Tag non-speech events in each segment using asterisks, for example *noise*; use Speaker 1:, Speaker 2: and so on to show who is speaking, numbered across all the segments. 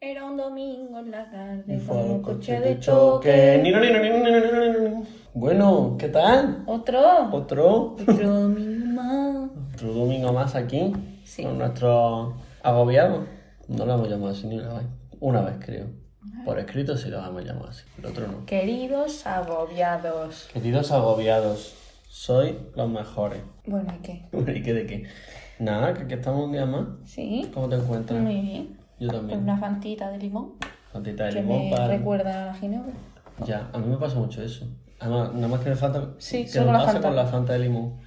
Speaker 1: Era un domingo en la tarde.
Speaker 2: Y
Speaker 1: Fue un coche de
Speaker 2: choque.
Speaker 1: choque.
Speaker 2: Nino, nino, nino, nino, nino, nino, nino. Bueno, ¿qué tal?
Speaker 1: Otro.
Speaker 2: Otro,
Speaker 1: Otro domingo más.
Speaker 2: otro domingo más aquí
Speaker 1: Sí.
Speaker 2: con nuestros agobiados. No lo hemos llamado así ni una vez. Una vez, creo. Por escrito sí lo hemos llamado así. El otro no.
Speaker 1: Queridos agobiados.
Speaker 2: Queridos agobiados, soy los mejores. *laughs*
Speaker 1: Bueno, ¿y qué?
Speaker 2: ¿Y qué de qué? Nada, que aquí estamos un día más.
Speaker 1: Sí.
Speaker 2: ¿Cómo te encuentras?
Speaker 1: Muy bien.
Speaker 2: Yo
Speaker 1: Con
Speaker 2: también.
Speaker 1: una fantita de limón
Speaker 2: Tantita de
Speaker 1: que
Speaker 2: limón
Speaker 1: me
Speaker 2: para-
Speaker 1: recuerda a la ginebra.
Speaker 2: Ya, a mí me pasa mucho eso. Además, nada más que me falta.
Speaker 1: Sí,
Speaker 2: que
Speaker 1: solo
Speaker 2: me
Speaker 1: la
Speaker 2: pasa
Speaker 1: Fanta.
Speaker 2: con la Fanta de limón.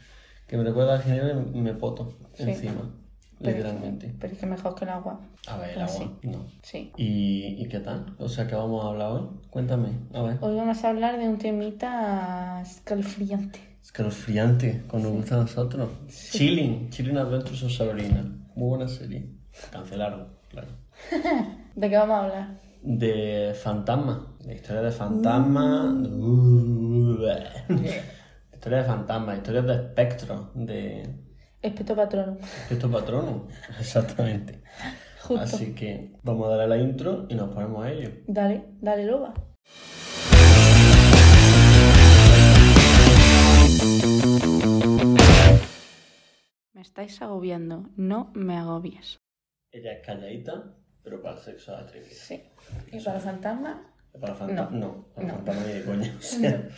Speaker 2: Que me recuerda a Ginebra y me poto
Speaker 1: Sí.
Speaker 2: encima.
Speaker 1: Pero-
Speaker 2: Literalmente.
Speaker 1: Pero es que mejor que el agua.
Speaker 2: A ver, el
Speaker 1: Ah,
Speaker 2: agua.
Speaker 1: sí.
Speaker 2: No.
Speaker 1: Sí.
Speaker 2: ¿Y, ¿Y qué tal? O sea, ¿qué vamos a hablar hoy? Cuéntame, a ver.
Speaker 1: Hoy vamos a hablar de un temita escalofriante.
Speaker 2: Escalofriante, como nos gusta a nosotros. Chilling, Chilling Adventures of Sabrina. Muy buena serie. Cancelaron, claro.
Speaker 1: ¿De qué vamos a hablar?
Speaker 2: De fantasma. La historia de fantasma.
Speaker 1: Mm.
Speaker 2: Uh, *laughs* historia de fantasma, historias de espectro, de
Speaker 1: Espeto patrono.
Speaker 2: espectro patrono. *laughs* Exactamente.
Speaker 1: Justo.
Speaker 2: Así que vamos a darle a la intro y nos ponemos a ello.
Speaker 1: Dale, dale, loba. Me estáis agobiando, no me agobies.
Speaker 2: Ella es calladita, pero para el sexo es atrevida.
Speaker 1: Sí. ¿Y para fantasmas?
Speaker 2: Para fantasma, no, para
Speaker 1: no.
Speaker 2: fantasma ni de coño.
Speaker 1: *laughs*
Speaker 2: O sea,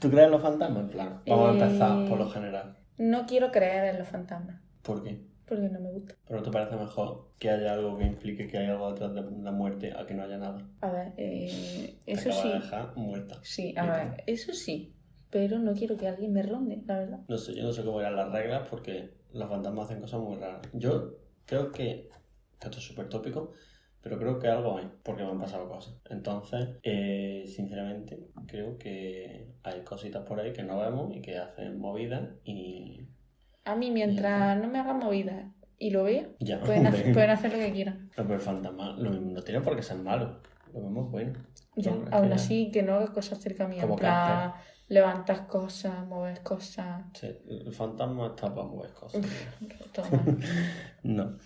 Speaker 2: ¿Tú crees en los fantasmas? En plan, vamos a
Speaker 1: Eh.
Speaker 2: empezar por lo general.
Speaker 1: No quiero creer en los fantasmas,
Speaker 2: ¿Por qué?
Speaker 1: porque no me gusta.
Speaker 2: ¿Pero te parece mejor que haya algo que implique que hay algo detrás de la muerte a que no haya nada?
Speaker 1: A ver, eh,
Speaker 2: Te
Speaker 1: eso
Speaker 2: acaba
Speaker 1: sí.
Speaker 2: de dejar muerta.
Speaker 1: Sí, a ver, eso sí. Pero no quiero que alguien me ronde, la verdad.
Speaker 2: No sé, yo no sé cómo eran las reglas porque los fantasmas hacen cosas muy raras. Yo creo que, que esto es súper tópico, pero creo que algo hay, porque me han pasado cosas. Entonces, eh, sinceramente, creo que hay cositas por ahí que no vemos y que hacen movidas y
Speaker 1: A mí, mientras no me hagan movidas y lo
Speaker 2: *laughs*
Speaker 1: vea,
Speaker 2: ya.
Speaker 1: pueden hacer,
Speaker 2: hombre.
Speaker 1: pueden hacer lo que quieran.
Speaker 2: No, pero el fantasma lo mismo, no tiene por qué ser malo, lo mismo es bueno.
Speaker 1: Ya,
Speaker 2: No, es
Speaker 1: aún
Speaker 2: que-
Speaker 1: así que no hagas cosas cerca mía,
Speaker 2: Como
Speaker 1: en plan, levantas cosas, mover cosas,
Speaker 2: Sí, el fantasma está para mover cosas.
Speaker 1: todo
Speaker 2: *laughs*
Speaker 1: mal.
Speaker 2: No.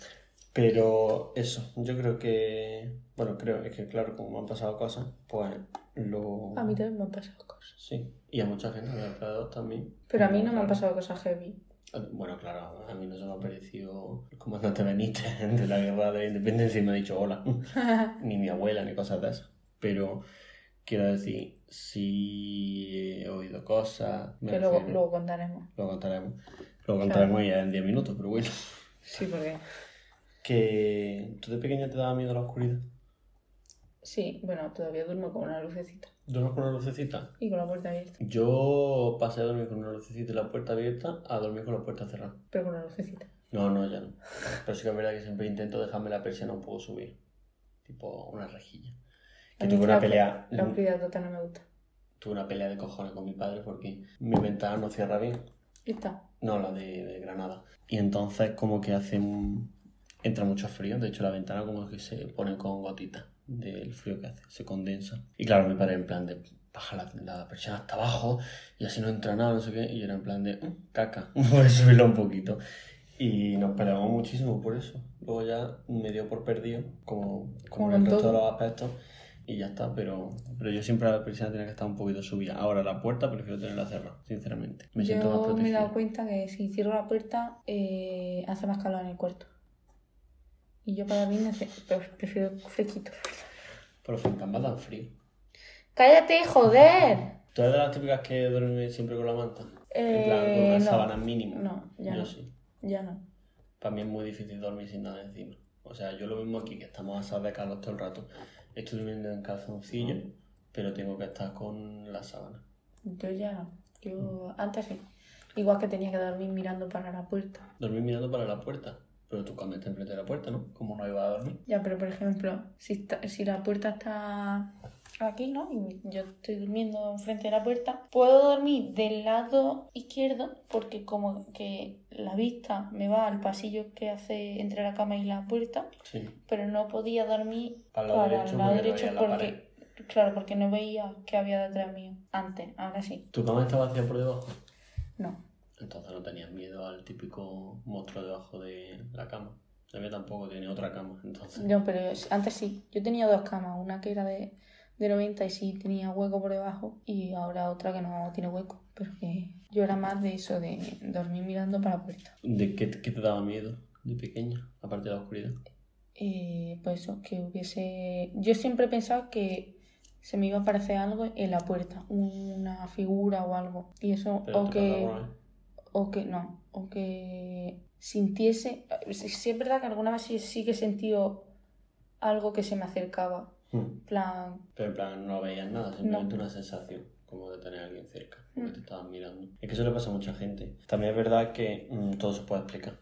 Speaker 2: Pero eso, yo creo que. Bueno, creo, es que claro, como me han pasado cosas, pues lo.
Speaker 1: A mí también me han pasado cosas.
Speaker 2: Sí, y a mucha gente de alrededor también.
Speaker 1: Pero a mí no me han
Speaker 2: Claro.
Speaker 1: pasado cosas heavy.
Speaker 2: *laughs* Bueno, claro, a mí no se me ha aparecido el comandante Benítez *laughs* de la guerra de la independencia y me ha dicho hola. *laughs* ni mi abuela, ni cosas de esas. Pero quiero decir, sí he oído cosas. me
Speaker 1: que luego,
Speaker 2: refiero-
Speaker 1: luego contaremos.
Speaker 2: lo contaremos. Lo contaremos ya en 10 minutos, pero bueno. *laughs*
Speaker 1: Sí, porque...
Speaker 2: Que tú de pequeña te daba miedo la oscuridad.
Speaker 1: Sí, bueno, todavía duermo con una lucecita
Speaker 2: ¿Duermes con una lucecita?
Speaker 1: y con la puerta abierta,
Speaker 2: Yo pasé a dormir con una lucecita y la puerta abierta a dormir con la puerta cerrada.
Speaker 1: pero con una lucecita.
Speaker 2: No, no, ya no. Pero sí que es verdad que siempre intento dejarme la persiana un poco subir. Tipo una rejilla. Que
Speaker 1: A mí
Speaker 2: tuve una
Speaker 1: la-
Speaker 2: pelea. Mm.
Speaker 1: La oscuridad total no me gusta.
Speaker 2: Tuve una pelea de cojones con mi padre porque mi ventana no cierra bien.
Speaker 1: Y está.
Speaker 2: No, la de, de Granada. Y entonces como que hace un- entra mucho frío, de hecho la ventana como que se pone con gotitas del frío que hace, se condensa. Y claro, mi padre en plan de baja la, la persiana hasta abajo y así no entra nada, no sé qué, y yo era en plan de "Mm, caca, *laughs* voy a subirla un poquito. Y nos peleamos muchísimo por eso. Luego ya me dio por perdido, como, como
Speaker 1: Como
Speaker 2: en el
Speaker 1: con
Speaker 2: resto
Speaker 1: todo.
Speaker 2: de los aspectos. Y ya está, pero, pero yo siempre la persiana tenía que estar un poquito subida. Ahora la puerta prefiero tenerla cerrada, sinceramente. Me siento más
Speaker 1: Yo me he
Speaker 2: protegido.
Speaker 1: dado cuenta que si cierro la puerta eh, hace más calor en el cuarto. Y yo para mí nece- pre- prefiero fresquito.
Speaker 2: Pero los fantasmas dan frío.
Speaker 1: ¡Cállate, joder!
Speaker 2: ¿Tú eres de las típicas que duerme siempre con la manta? en
Speaker 1: Eh,
Speaker 2: plan, con una
Speaker 1: no.
Speaker 2: sábana mínima.
Speaker 1: No, ya
Speaker 2: yo
Speaker 1: no.
Speaker 2: sí.
Speaker 1: Ya no.
Speaker 2: Para mí es muy difícil dormir sin nada encima. O sea, yo lo mismo aquí, que estamos asados de calor todo el rato. Estoy durmiendo en calzoncillo, pero tengo que estar con la sábana.
Speaker 1: Yo ya no. Yo antes sí. Igual que tenía que dormir mirando para la puerta.
Speaker 2: Dormir mirando para la puerta. Pero tu cama está enfrente de la puerta, ¿no? Como no iba a dormir.
Speaker 1: Ya, pero por ejemplo, si, está- si la puerta está aquí, ¿no? Y yo estoy durmiendo enfrente de la puerta, puedo dormir del lado izquierdo porque como que la vista me va al pasillo que hace entre la cama y la puerta,
Speaker 2: Sí.
Speaker 1: pero no podía dormir
Speaker 2: Para el lado
Speaker 1: para
Speaker 2: derecho
Speaker 1: el lado
Speaker 2: porque no
Speaker 1: derecho
Speaker 2: veía la
Speaker 1: porque, claro, porque no veía que había detrás mío antes, ahora sí.
Speaker 2: ¿Tu cama está vacía por debajo?
Speaker 1: No,
Speaker 2: Entonces no tenías miedo al típico monstruo debajo de la cama. La mía tampoco tiene otra cama, entonces.
Speaker 1: No, pero es- antes sí. Yo tenía dos camas, una que era de, de 90 y sí tenía hueco por debajo y ahora otra que no tiene hueco. Pero que yo era más de eso, de dormir mirando para la puerta.
Speaker 2: ¿De qué, qué te daba miedo de pequeña? Aparte de la oscuridad.
Speaker 1: Eh, pues eso, que hubiese... Yo siempre he pensado que se me iba a aparecer algo en la puerta, una figura o algo. Y eso,
Speaker 2: Pero
Speaker 1: o
Speaker 2: te
Speaker 1: que...
Speaker 2: pasaba alguna vez.
Speaker 1: o que no, o que sintiese, sí, sí es verdad que alguna vez sí, sí que he sentido algo que se me acercaba,
Speaker 2: Hmm.
Speaker 1: en plan,
Speaker 2: Pero en plan, no veías nada, simplemente una sensación como de tener a alguien cerca, como que
Speaker 1: Mm.
Speaker 2: te estaban mirando. Es que eso le pasa a mucha gente. También es verdad que mm, todo se puede explicar.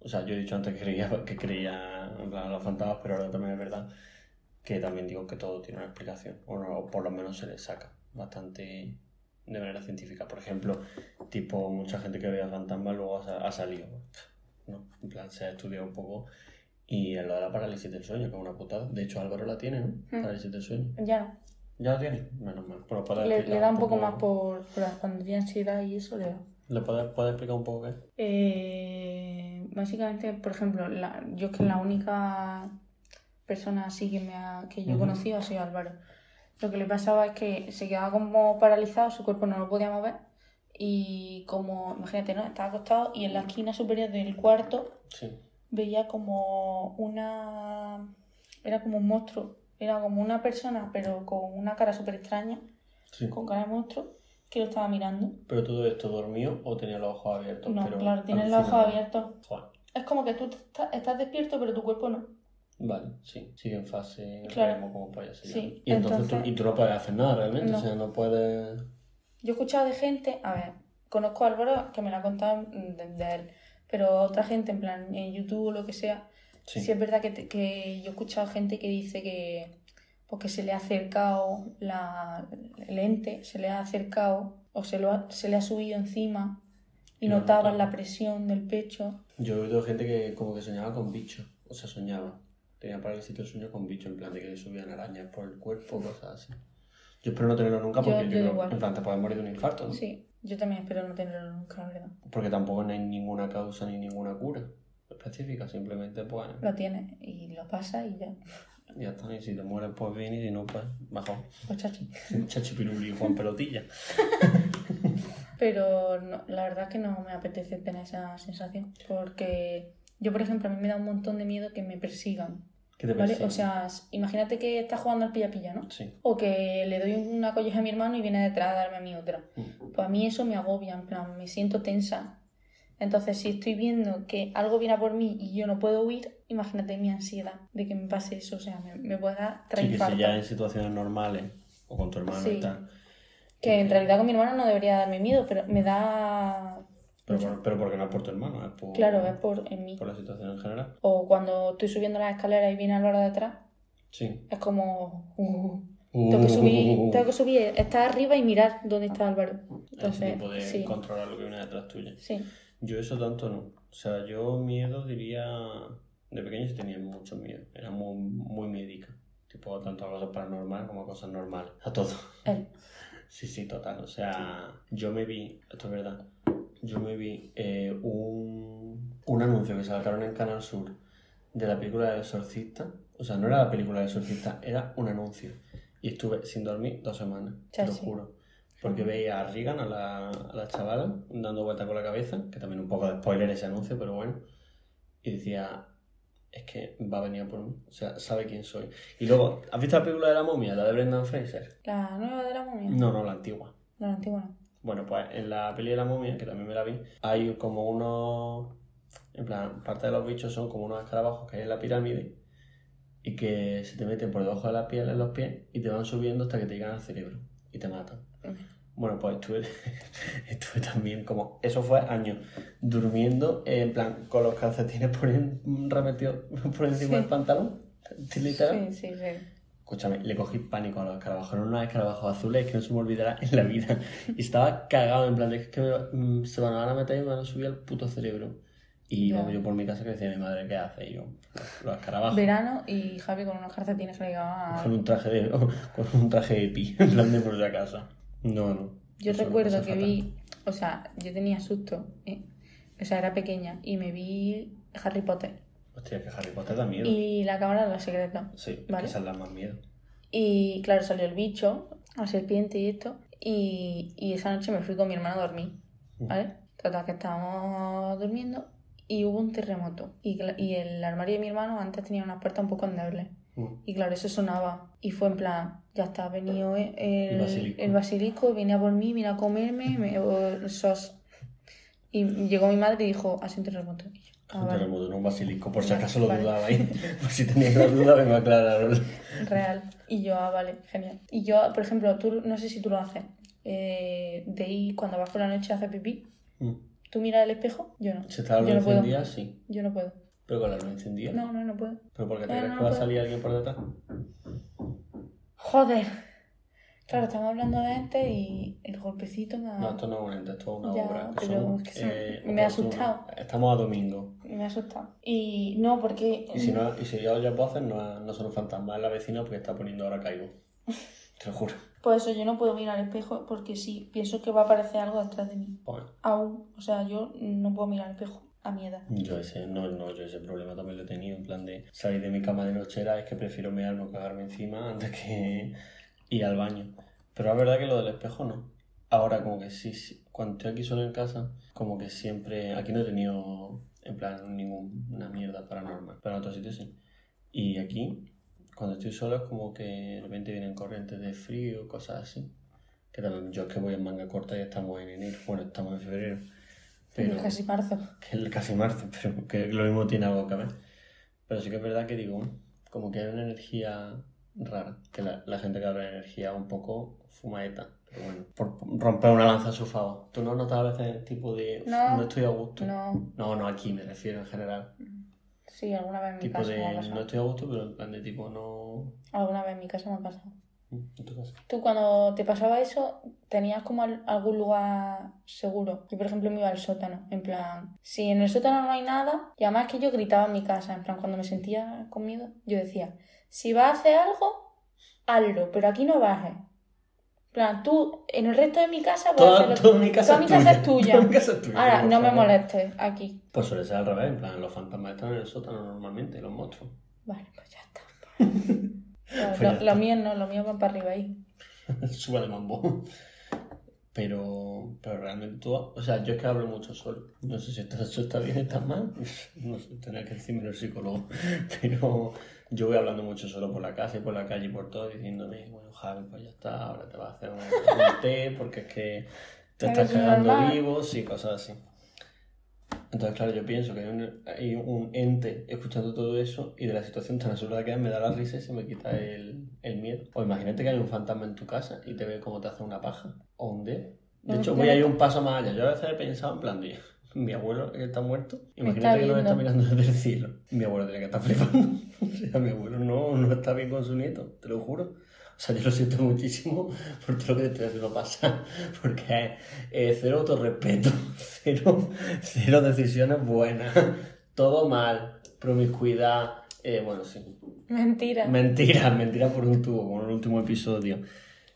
Speaker 2: O sea, yo he dicho antes que creía, *laughs* que creía en plan, a los fantasmas, pero ahora también es verdad que también digo que todo tiene una explicación, o, no, o por lo menos se le saca bastante de manera científica. Por ejemplo, tipo, mucha gente que veía fantasmas luego ha, sa- ha salido. No, en plan, se ha estudiado un poco. Y lo de la parálisis del sueño, que es una putada. De hecho, Álvaro la tiene, ¿no? Parálisis del sueño.
Speaker 1: ya
Speaker 2: ¿Ya lo tiene? Menos mal. Pero para
Speaker 1: no, le,
Speaker 2: explicar
Speaker 1: le da un poco más por, por cuando tiene ansiedad y eso le da.
Speaker 2: ¿Le puedes, puedes explicar un poco qué?
Speaker 1: Eh, básicamente, por ejemplo, la, yo es que la única persona así que, me ha- que yo he
Speaker 2: Ujú.
Speaker 1: conocido ha sido Álvaro. Lo que le pasaba es que se quedaba como paralizado, su cuerpo no lo podía mover y como, imagínate, ¿no? Estaba acostado y en la esquina superior del cuarto
Speaker 2: Sí.
Speaker 1: veía como una... Era como un monstruo. Era como una persona, pero con una cara súper extraña,
Speaker 2: sí.
Speaker 1: con cara de monstruo, que lo estaba mirando.
Speaker 2: ¿Pero todo esto dormido o tenía los ojos abiertos?
Speaker 1: No,
Speaker 2: Pero
Speaker 1: claro, tienes los
Speaker 2: alucina.
Speaker 1: ojos abiertos.
Speaker 2: Joder.
Speaker 1: Es como que tú te está- estás despierto, pero tu cuerpo no.
Speaker 2: Vale, sí. Sigue en fase
Speaker 1: Claro.
Speaker 2: remo, como puede ser.
Speaker 1: Sí,
Speaker 2: Y entonces, tú,
Speaker 1: entonces-
Speaker 2: y tú no puedes hacer nada realmente.
Speaker 1: No.
Speaker 2: O sea, no puedes...
Speaker 1: Yo he escuchado de gente, a ver, conozco a Álvaro, que me lo ha contado mm, de, de él, pero otra gente, en plan, en YouTube o lo que sea, sí,
Speaker 2: Sí.
Speaker 1: es verdad que, te- que yo he escuchado gente que dice que porque se le ha acercado la, el ente, se le ha acercado o se, lo ha- se le ha subido encima y
Speaker 2: Y lo
Speaker 1: notaban
Speaker 2: notaba.
Speaker 1: la presión del pecho.
Speaker 2: Yo he oído gente que como que soñaba con bichos. O sea, soñaba. Tenía parálisis del sueño con bichos. En plan, de que le subían arañas por el cuerpo, cosas así. Yo espero no tenerlo nunca
Speaker 1: Yo-
Speaker 2: porque yo,
Speaker 1: yo
Speaker 2: creo-
Speaker 1: igual.
Speaker 2: En plan, te puedes morir de un infarto, ¿no?
Speaker 1: Sí, yo también espero no tenerlo nunca, la verdad.
Speaker 2: Porque tampoco no hay ninguna causa ni ninguna cura específica, simplemente pues
Speaker 1: Lo tienes y lo pasa y ya.
Speaker 2: ya está, y si te mueres pues bien y si no pues mejor.
Speaker 1: Pues chachi.
Speaker 2: *laughs* Chachi Piruli y Juan Pelotilla.
Speaker 1: Pero no, la verdad es que no me apetece tener esa sensación porque yo, por ejemplo, a mí me da un montón de miedo que me persigan,
Speaker 2: ¿Qué te
Speaker 1: ¿vale?
Speaker 2: parece?
Speaker 1: O sea, s- imagínate que estás jugando al pilla-pilla, ¿no?
Speaker 2: Sí.
Speaker 1: O que le doy una colleja a mi hermano y viene detrás a darme a mí otra.
Speaker 2: Mm.
Speaker 1: Pues a mí eso me agobia, en plan, me siento tensa. Entonces, si estoy viendo que algo viene a por mí y yo no puedo huir, imagínate mi ansiedad de que me pase eso, o sea, me, me puede dar tres
Speaker 2: Sí, que si
Speaker 1: infartos.
Speaker 2: ya en situaciones normales o con tu hermano
Speaker 1: Sí.
Speaker 2: y tal.
Speaker 1: Que en realidad con mi hermano no debería darme miedo, pero me da...
Speaker 2: Pero, por- pero porque no es por tu hermano, es por,
Speaker 1: Claro, es por en mí.
Speaker 2: por la situación en general.
Speaker 1: O cuando estoy subiendo las escaleras y viene Álvaro de atrás,
Speaker 2: Sí.
Speaker 1: es como... uh, tengo, que subir, tengo que subir, estar arriba y mirar dónde está Álvaro.
Speaker 2: *laughs* Ese
Speaker 1: Entonces,
Speaker 2: tipo de
Speaker 1: sí,
Speaker 2: controlar lo que viene detrás tuya.
Speaker 1: sí.
Speaker 2: Yo eso tanto no. O sea, yo miedo diría... De pequeño sí tenía mucho miedo. Era muy, muy médica. Tipo, tanto a cosas paranormales como a cosas normales. A todo.
Speaker 1: Él.
Speaker 2: Sí, sí, total. O sea, yo me vi... Esto es verdad. Yo me vi eh, un, un anuncio que sacaron en Canal Sur de la película del exorcista. O sea, no era la película del exorcista, era un anuncio. Y estuve sin dormir dos semanas, te lo
Speaker 1: Chachi.
Speaker 2: juro. Porque veía a Regan, a la, a la chavala, dando vuelta con la cabeza, que también un poco de spoiler ese anuncio, pero bueno. Y decía, es que va a venir a por mí, o sea, sabe quién soy. Y luego, ¿has visto la película de la momia, la de Brendan Fraser?
Speaker 1: La nueva de la momia.
Speaker 2: No, no, la antigua.
Speaker 1: No, la antigua no.
Speaker 2: Bueno, pues en la peli de la momia, que también me la vi, hay como unos. En plan, parte de los bichos son como unos escarabajos que hay en la pirámide y que se te meten por debajo de la piel en los pies y te van subiendo hasta que te llegan al cerebro y te matan. Bueno, pues estuve, *laughs* estuve también como. Eso fue años durmiendo, eh, en plan, con los calcetines por, en- remetidos *laughs* por encima
Speaker 1: Sí.
Speaker 2: del pantalón, literal.
Speaker 1: Sí, sí, sí.
Speaker 2: Escúchame, le cogí pánico a los escarabajos. Eran unos escarabajos azules que no se me olvidará en la vida. *laughs* Y estaba cagado, en plan, de, es que me va- mm, se van a meter y me van a subir al puto cerebro. Y
Speaker 1: Ya.
Speaker 2: vamos, yo por mi casa que decía mi madre, ¿qué hace? Y yo, los escarabajos.
Speaker 1: Verano y Javi con unos calcetines que le llevaban.
Speaker 2: Con un traje de. *laughs* Con un traje de pi, en plan de por si acaso. No, no.
Speaker 1: Yo
Speaker 2: Eso lo
Speaker 1: recuerdo
Speaker 2: pasé
Speaker 1: que
Speaker 2: fatal.
Speaker 1: vi, o sea, yo tenía susto, ¿eh? o sea, era pequeña y me vi Harry Potter.
Speaker 2: Hostia, que Harry Potter da miedo.
Speaker 1: Y la cámara la secreta.
Speaker 2: Sí,
Speaker 1: Vale.
Speaker 2: esa es la más miedo.
Speaker 1: Y claro, salió el bicho, la serpiente y esto. Y, y esa noche me fui con mi hermana a dormir. ¿Vale? Total, que estábamos durmiendo y hubo un terremoto. Y, cla- y el armario de mi hermano antes tenía unas puertas un poco endebles.
Speaker 2: Mm.
Speaker 1: Y claro, eso sonaba. Y fue en plan, ya está, ha venido el, el
Speaker 2: basilisco.
Speaker 1: basilisco, viene a por mí, viene a comerme, me- o- sos. Y llegó mi madre y dijo, ha sido un terremoto. Y yo, "Ah,
Speaker 2: Un
Speaker 1: vale".
Speaker 2: terremoto, no un basilisco, por si acaso lo
Speaker 1: Vale.
Speaker 2: dudaba
Speaker 1: *laughs*
Speaker 2: ahí. Por si tenías la duda, vengo a aclararlo.
Speaker 1: Real. Y yo, ah, vale, genial. Y yo, por ejemplo, tú, no sé si tú lo haces, eh, de ir cuando vas por la noche a hacer pipí,
Speaker 2: Mm.
Speaker 1: ¿tú miras el espejo? Yo no.
Speaker 2: Si está la
Speaker 1: Yo
Speaker 2: luz
Speaker 1: no puedo.
Speaker 2: encendida, sí.
Speaker 1: Yo no puedo.
Speaker 2: Pero con la luz encendida.
Speaker 1: No, no, no puedo.
Speaker 2: ¿Pero porque te
Speaker 1: Eh,
Speaker 2: crees
Speaker 1: no Ah.
Speaker 2: que va a
Speaker 1: puedo.
Speaker 2: salir alguien por detrás?
Speaker 1: Joder. Claro, estamos hablando de este y el golpecito me ha,
Speaker 2: No, esto no es un ente, esto es una
Speaker 1: Ya,
Speaker 2: obra. Que
Speaker 1: pero
Speaker 2: son,
Speaker 1: es que son-
Speaker 2: eh,
Speaker 1: me ha
Speaker 2: oportunas.
Speaker 1: asustado.
Speaker 2: Estamos a domingo.
Speaker 1: me ha asustado. Y no, porque...
Speaker 2: Y si, no, y si oyes voces, no, no son fantasmas, es la vecina porque está poniendo ahora caigo. *laughs* Te lo juro.
Speaker 1: Por eso yo no puedo mirar al espejo porque sí, pienso que va a aparecer algo detrás de mí.
Speaker 2: Joder.
Speaker 1: Aún. O sea, yo no puedo mirar al espejo a mi edad.
Speaker 2: Yo ese, no, no, yo ese problema también lo he tenido, en plan de salir de mi cama de nochera, es que prefiero mearme o cagarme encima antes que *laughs* ir al baño. Pero la verdad que lo del espejo no. Ahora como que sí, sí, cuando estoy aquí solo en casa, como que siempre, aquí no he tenido, en plan, ninguna mierda paranormal, pero en otros sitios sí. Y aquí, cuando estoy solo, es como que de repente vienen corrientes de frío, cosas así. Que también yo es que voy en manga corta y estamos en enero, bueno, estamos en febrero.
Speaker 1: Pero... Casi marzo.
Speaker 2: Que el casi marzo, *laughs* pero que lo mismo tiene algo que ver. Pero sí que es verdad que digo, "Mm", como que hay una energía rara, que la, la gente que habla de energía un poco fumaeta, pero bueno, por romper una lanza a su favor. ¿Tú no notas a veces el tipo de
Speaker 1: No.
Speaker 2: no, estoy a gusto?
Speaker 1: No.
Speaker 2: no, no, aquí me refiero en general.
Speaker 1: Sí, alguna vez en mi
Speaker 2: Tipo
Speaker 1: casa me
Speaker 2: de
Speaker 1: ha pasado.
Speaker 2: no estoy a gusto, pero en plan de tipo no...
Speaker 1: Alguna vez en mi casa me ha pasado.
Speaker 2: ¿En tu casa?
Speaker 1: Tú cuando te pasaba eso, tenías como al- algún lugar seguro. Yo, por ejemplo, me iba al sótano. En plan, si en el sótano no hay nada, y además que yo gritaba en mi casa, en plan, cuando me sentía con miedo, yo decía, si vas a hacer algo, hazlo, pero aquí no bajes. En plan, tú en el resto de mi casa puedes
Speaker 2: Toda,
Speaker 1: hacer lo que-
Speaker 2: toda mi casa
Speaker 1: toda mi casa es tuya.
Speaker 2: Toda mi casa es tuya.
Speaker 1: Ahora,
Speaker 2: por
Speaker 1: no me
Speaker 2: favor.
Speaker 1: molestes aquí.
Speaker 2: Pues suele ser al revés, en plan, los fantasmas están en el sótano normalmente, los monstruos.
Speaker 1: Vale, pues ya está.
Speaker 2: *laughs* Pues
Speaker 1: No,
Speaker 2: ya
Speaker 1: lo,
Speaker 2: está.
Speaker 1: lo mío no, lo mío van para arriba ahí.
Speaker 2: *laughs* suba de mambo. Pero, pero realmente tú, o sea, yo es que hablo mucho solo. No sé si esto, *laughs* esto está bien, está mal. No sé, tendría que decirme el psicólogo. *laughs* Pero yo voy hablando mucho solo por la casa y por la calle y por todo, diciéndome, bueno, Javi, pues ya está, ahora te vas a hacer un, un té porque es que te
Speaker 1: Claro,
Speaker 2: estás
Speaker 1: es
Speaker 2: cagando
Speaker 1: normal.
Speaker 2: vivo y cosas así. Entonces, claro, yo pienso que hay un, hay un ente escuchando todo eso y de la situación tan absurda que es, me da la risa y se me quita el, el miedo. O imagínate que hay un fantasma en tu casa y te ve cómo te hace una paja o un dedo.
Speaker 1: No,
Speaker 2: De hecho,
Speaker 1: no.
Speaker 2: voy a ir un paso más allá. Yo a veces he pensado en plan de, mi abuelo que está muerto,
Speaker 1: está
Speaker 2: imagínate que nos
Speaker 1: viendo.
Speaker 2: está mirando *laughs* desde el cielo. Mi abuelo tiene que estar flipando. *laughs* O sea, mi abuelo no, no está bien con su nieto, te lo juro. O sea, yo lo siento muchísimo *laughs* por todo lo que te estoy haciendo pasar, *laughs* porque es eh, cero autorrespeto, *laughs* cero, cero decisiones buenas, todo mal, promiscuidad, eh, bueno, sí.
Speaker 1: Mentira.
Speaker 2: Mentira, mentira por un tubo, como en el último episodio.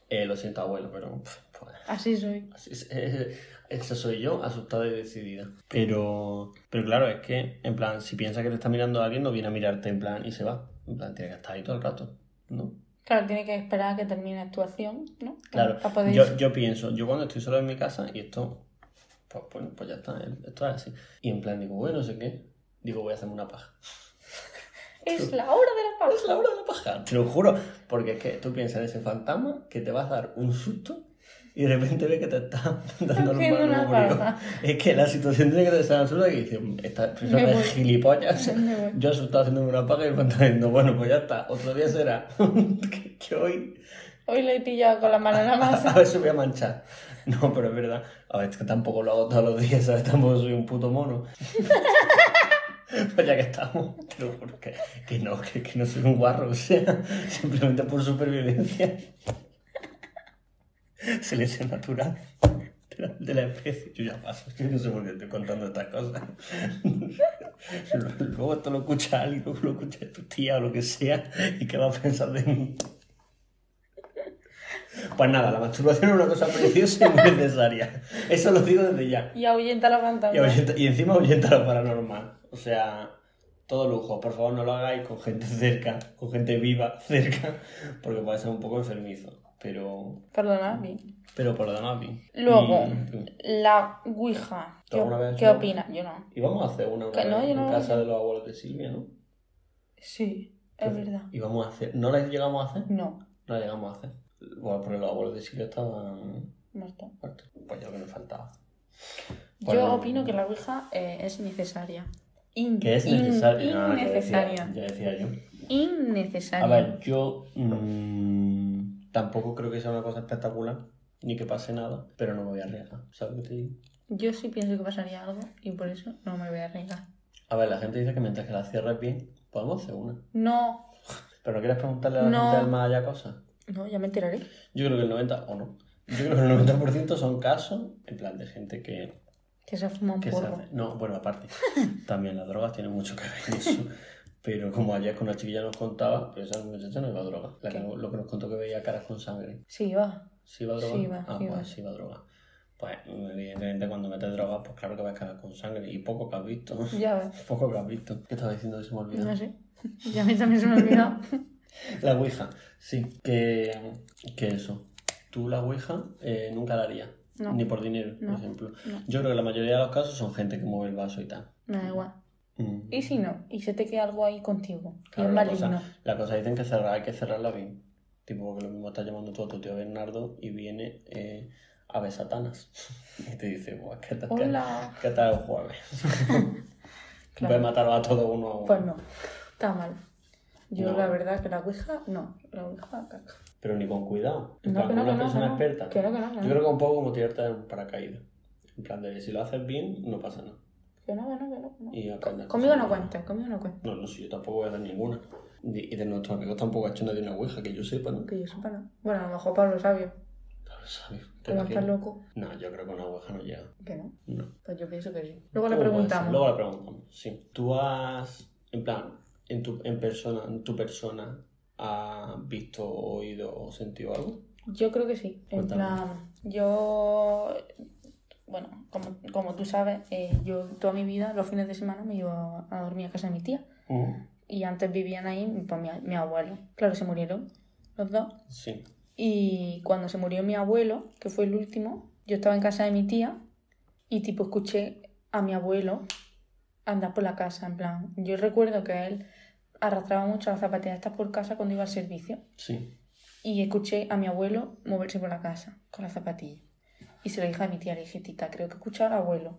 Speaker 2: Eh, lo siento, abuelo, pero pf, pues,
Speaker 1: Así soy.
Speaker 2: Así es, *laughs* eh, Esa soy yo, asustada y decidida. Pero, pero claro, es que, en plan, si piensa que te está mirando alguien, no viene a mirarte en plan y se va. En plan, tiene que estar ahí todo el rato, ¿no?
Speaker 1: Claro, tiene que esperar a que termine la actuación, ¿no?
Speaker 2: Claro,
Speaker 1: Para poder
Speaker 2: yo,
Speaker 1: irse.
Speaker 2: yo pienso, yo cuando estoy solo en mi casa y esto, pues bueno, pues ya está, esto es así. Y en plan, digo, bueno, no sé qué, digo, voy a hacerme una paja. *laughs*
Speaker 1: Es la hora de la pausa.
Speaker 2: Es la hora de la paja, te lo juro. Porque es que tú piensas en ese fantasma que te vas a dar un susto y de repente ves que te está *laughs* dando un
Speaker 1: Haciendo una
Speaker 2: manubrio.
Speaker 1: paja.
Speaker 2: Es que la situación tiene que ser absurda que dices, esta persona
Speaker 1: Me voy.
Speaker 2: es
Speaker 1: *laughs*
Speaker 2: gilipollas.
Speaker 1: Me
Speaker 2: *laughs*
Speaker 1: voy.
Speaker 2: Yo asustado haciéndome una paja y el fantasma diciendo, bueno, pues ya está, otro día será. *laughs* que, que hoy
Speaker 1: Hoy lo he pillado con la mano en la
Speaker 2: *laughs* a
Speaker 1: masa.
Speaker 2: ver si voy a manchar. No, pero es verdad. A ver, es que tampoco lo hago todos los días, ¿sabes? Tampoco soy un puto mono. *laughs* pues ya que estamos, te lo juro que, que no, que, que no soy un guarro, o sea, *laughs* simplemente por supervivencia. *laughs* Selección natural de la, de la especie. Yo ya paso, yo no sé por qué estoy contando estas cosas. *laughs* Luego esto lo escucha alguien, luego lo escucha tu tía o lo que sea, y qué va a pensar de mí. Pues nada, la masturbación es una cosa preciosa y muy necesaria. Eso lo digo desde ya.
Speaker 1: Y ahuyenta la fantasma.
Speaker 2: Y, ahuyenta- y encima ahuyenta lo paranormal. O sea, Todo lujo, por favor no lo hagáis con gente cerca, con gente viva cerca, porque puede ser un poco enfermizo. Pero,
Speaker 1: Perdona, bien.
Speaker 2: pero por lo demás, bien.
Speaker 1: Luego.
Speaker 2: Y, en fin.
Speaker 1: La Ouija.
Speaker 2: Mm. ¿Tú
Speaker 1: ¿Qué,
Speaker 2: alguna vez
Speaker 1: qué
Speaker 2: lo-
Speaker 1: opinas? Yo no.
Speaker 2: Y vamos a hacer una,
Speaker 1: Que
Speaker 2: una
Speaker 1: no,
Speaker 2: vez
Speaker 1: yo
Speaker 2: en
Speaker 1: no-
Speaker 2: casa de los abuelos de Silvia, ¿no?
Speaker 1: Sí, es verdad.
Speaker 2: Y vamos a hacer. ¿No la llegamos a hacer?
Speaker 1: No,
Speaker 2: No la llegamos a hacer. Bueno, pero los abuelos de Silvia estaban
Speaker 1: muerto.
Speaker 2: muertos. Pues ya lo que nos faltaba.
Speaker 1: Yo
Speaker 2: Bueno.
Speaker 1: opino que la Ouija eh, es necesaria. In-
Speaker 2: Que es
Speaker 1: in-
Speaker 2: necesario. Ah, ya decía-
Speaker 1: innecesaria.
Speaker 2: ya decía yo.
Speaker 1: Innecesaria.
Speaker 2: A ver, yo mm, tampoco creo que sea una cosa espectacular, ni que pase nada, pero no me voy a arriesgar. ¿Sabes lo que te digo?
Speaker 1: Yo sí pienso que pasaría algo y por eso no me voy a arriesgar.
Speaker 2: A ver, la gente dice que mientras que la cierres bien, podemos hacer una.
Speaker 1: No,
Speaker 2: ¿Pero no quieres preguntarle a la
Speaker 1: No.
Speaker 2: gente del más allá cosas?
Speaker 1: no, ya me enteraré.
Speaker 2: Yo creo que el 90, o no, yo creo que el 90% son casos, en plan, de gente que,
Speaker 1: Que se ha fumado un
Speaker 2: que se
Speaker 1: porro.
Speaker 2: hace... No,
Speaker 1: *laughs*
Speaker 2: bueno, aparte, también las drogas tienen mucho que ver en eso. Pero como ayer con una chiquilla nos contaba, pero esa muchacha no iba a droga. La que
Speaker 1: ¿Qué?
Speaker 2: no- lo que nos contó que veía caras con sangre.
Speaker 1: Sí, va.
Speaker 2: ¿Sí va droga?
Speaker 1: Sí va,
Speaker 2: ah,
Speaker 1: sí
Speaker 2: pues
Speaker 1: va.
Speaker 2: sí va droga. Pues evidentemente cuando metes droga, pues claro que vas a cagar con sangre. Y poco que has visto.
Speaker 1: Ya ves.
Speaker 2: *laughs* Poco que has visto. ¿Qué estaba diciendo que se me olvidó?
Speaker 1: Mm. No sé. *laughs* Ya a mí también se me ha
Speaker 2: *laughs*
Speaker 1: olvidado.
Speaker 2: La Ouija. Sí, que, que eso. Tú la Ouija eh, nunca la harías.
Speaker 1: No.
Speaker 2: Ni por dinero,
Speaker 1: No.
Speaker 2: por ejemplo.
Speaker 1: No.
Speaker 2: Yo creo que la mayoría de los casos son gente que mueve el vaso y tal.
Speaker 1: Me da igual.
Speaker 2: Mm.
Speaker 1: ¿Y si no? Y se te queda algo ahí contigo. Y
Speaker 2: Claro,
Speaker 1: es
Speaker 2: la, cosa,
Speaker 1: maligno.
Speaker 2: la cosa dicen que cerrar, hay que cerrarla bien. Tipo, porque lo mismo está llamando tú a tu tío Bernardo y viene eh, a ver Satanás. *laughs* y te dice, Buah, ¿qué tal? qué-
Speaker 1: Hola.
Speaker 2: ¿Qué tal el jueves?
Speaker 1: *laughs* Claro.
Speaker 2: Puedes matarlo a todos uno a uno.
Speaker 1: Pues no, está mal. Yo
Speaker 2: No.
Speaker 1: la verdad que la Ouija, no, la Ouija caca.
Speaker 2: Pero ni con cuidado. En
Speaker 1: No,
Speaker 2: plan,
Speaker 1: que
Speaker 2: con
Speaker 1: no,
Speaker 2: una
Speaker 1: que no,
Speaker 2: persona
Speaker 1: que no.
Speaker 2: experta.
Speaker 1: Que no, que no, que
Speaker 2: Yo
Speaker 1: no.
Speaker 2: creo que un poco como tirarte de un paracaídas. En plan de si lo haces bien, no pasa nada.
Speaker 1: Que no, que no, que no, que no.
Speaker 2: Y aprendes
Speaker 1: Conmigo
Speaker 2: cosas
Speaker 1: no
Speaker 2: nuevas.
Speaker 1: cuentes, conmigo no cuentes.
Speaker 2: No, no, si yo tampoco voy a hacer ninguna. Ni- Y de nuestros amigos tampoco ha hecho nadie una ouija, que yo sepa, ¿no?
Speaker 1: Que yo sepa no. Bueno, a lo mejor Pablo Sabio,
Speaker 2: No lo sabes. ¿Te
Speaker 1: pero está
Speaker 2: imaginas?
Speaker 1: loco.
Speaker 2: No, yo creo que una ouija no llega.
Speaker 1: Que no,
Speaker 2: No.
Speaker 1: pues yo pienso que sí. Luego le
Speaker 2: ¿Cómo puede ser?
Speaker 1: preguntamos.
Speaker 2: Luego le preguntamos, sí. Tú has, en plan, en tu, en persona, en tu persona, ¿has visto, oído o sentido algo?
Speaker 1: Yo creo que sí. En
Speaker 2: Cuéntame.
Speaker 1: plan, yo. Bueno, como, como tú sabes, eh, yo toda mi vida, los fines de semana, me iba a dormir a casa de mi tía. Y antes vivían ahí pues, mi, mi abuelo. Claro, se murieron los dos.
Speaker 2: Sí.
Speaker 1: Y cuando se murió mi abuelo, que fue el último, yo estaba en casa de mi tía y tipo escuché a mi abuelo andar por la casa, en plan. Yo recuerdo que él arrastraba mucho las zapatillas estas por casa cuando iba al servicio
Speaker 2: Sí.
Speaker 1: y escuché a mi abuelo moverse por la casa con las zapatillas. Y se lo dije a mi tía, le dije, tita, creo que he escuchado al abuelo.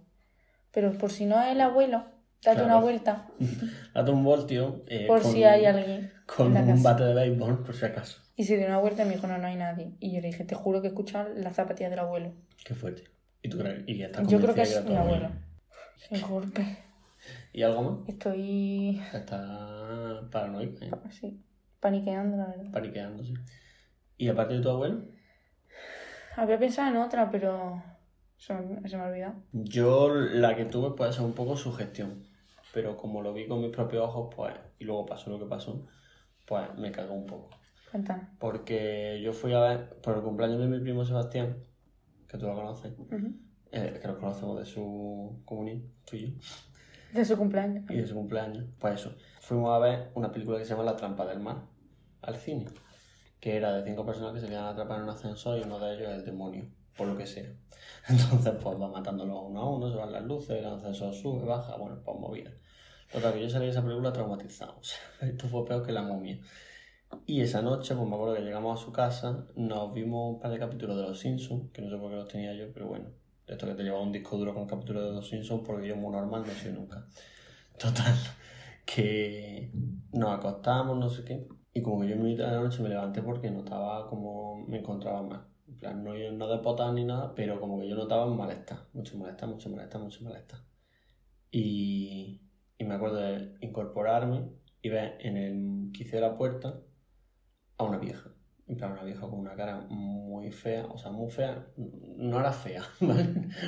Speaker 1: Pero por si no es el abuelo, date
Speaker 2: Claro.
Speaker 1: una vuelta
Speaker 2: Date un voltio. eh,
Speaker 1: por
Speaker 2: con-
Speaker 1: si hay alguien.
Speaker 2: Con
Speaker 1: en la
Speaker 2: un
Speaker 1: casa.
Speaker 2: bate de béisbol, por si acaso.
Speaker 1: Y se dio una vuelta y me dijo, no, no hay nadie. Y yo le dije, te juro que he escuchado las zapatillas del abuelo.
Speaker 2: Qué fuerte. ¿Y tú crees? Y ya está
Speaker 1: Yo creo que
Speaker 2: convencida era
Speaker 1: es
Speaker 2: tu
Speaker 1: mi abuelo. El golpe.
Speaker 2: ¿Y algo más?
Speaker 1: Estoy
Speaker 2: Está paranoica, ¿eh?
Speaker 1: así, paniqueando, la verdad.
Speaker 2: paniqueándose. ¿Y aparte de tu abuelo?
Speaker 1: Había pensado en otra, pero se me, se me ha olvidado.
Speaker 2: Yo la que tuve puede ser un poco su gestión, pero como lo vi con mis propios ojos, pues, y luego pasó lo que pasó, pues me cagó un poco.
Speaker 1: Cuéntame.
Speaker 2: Porque yo fui a ver, por el cumpleaños de mi primo Sebastián, que tú lo conoces,
Speaker 1: Ujú.
Speaker 2: eh, que nos conocemos de su comunión, tú y yo,
Speaker 1: De su cumpleaños.
Speaker 2: y de su cumpleaños, pues eso, fuimos a ver una película que se llama La trampa del mar, al cine, que era de cinco personas que se quedan atrapadas en un ascensor y uno de ellos es el demonio, por lo que sea. *laughs* Entonces, pues va matándolos uno a uno, se van las luces, el ascensor sube, baja, bueno, pues movida. Total, que yo salí de esa película traumatizado. *laughs* O sea, esto fue peor que la momia. Y esa noche, pues me acuerdo que llegamos a su casa, nos vimos un par de capítulos de Los Simpsons, que no sé por qué los tenía yo, pero bueno. Esto que te llevaba un disco duro con capítulos de Los Simpsons, porque yo muy normal no soy nunca. Total, que nos acostamos, no sé qué. Y como que yo en mitad de la noche me levanté porque notaba como me encontraba mal. En plan, no, no de potas ni nada, pero como que yo notaba malestar. Mucho malestar, mucho malestar, mucho malestar. Y, y me acuerdo de incorporarme y ver en el quicio de la puerta a una vieja. En plan, una vieja con una cara muy fea, o sea, muy fea. No era fea, *laughs* ¿vale?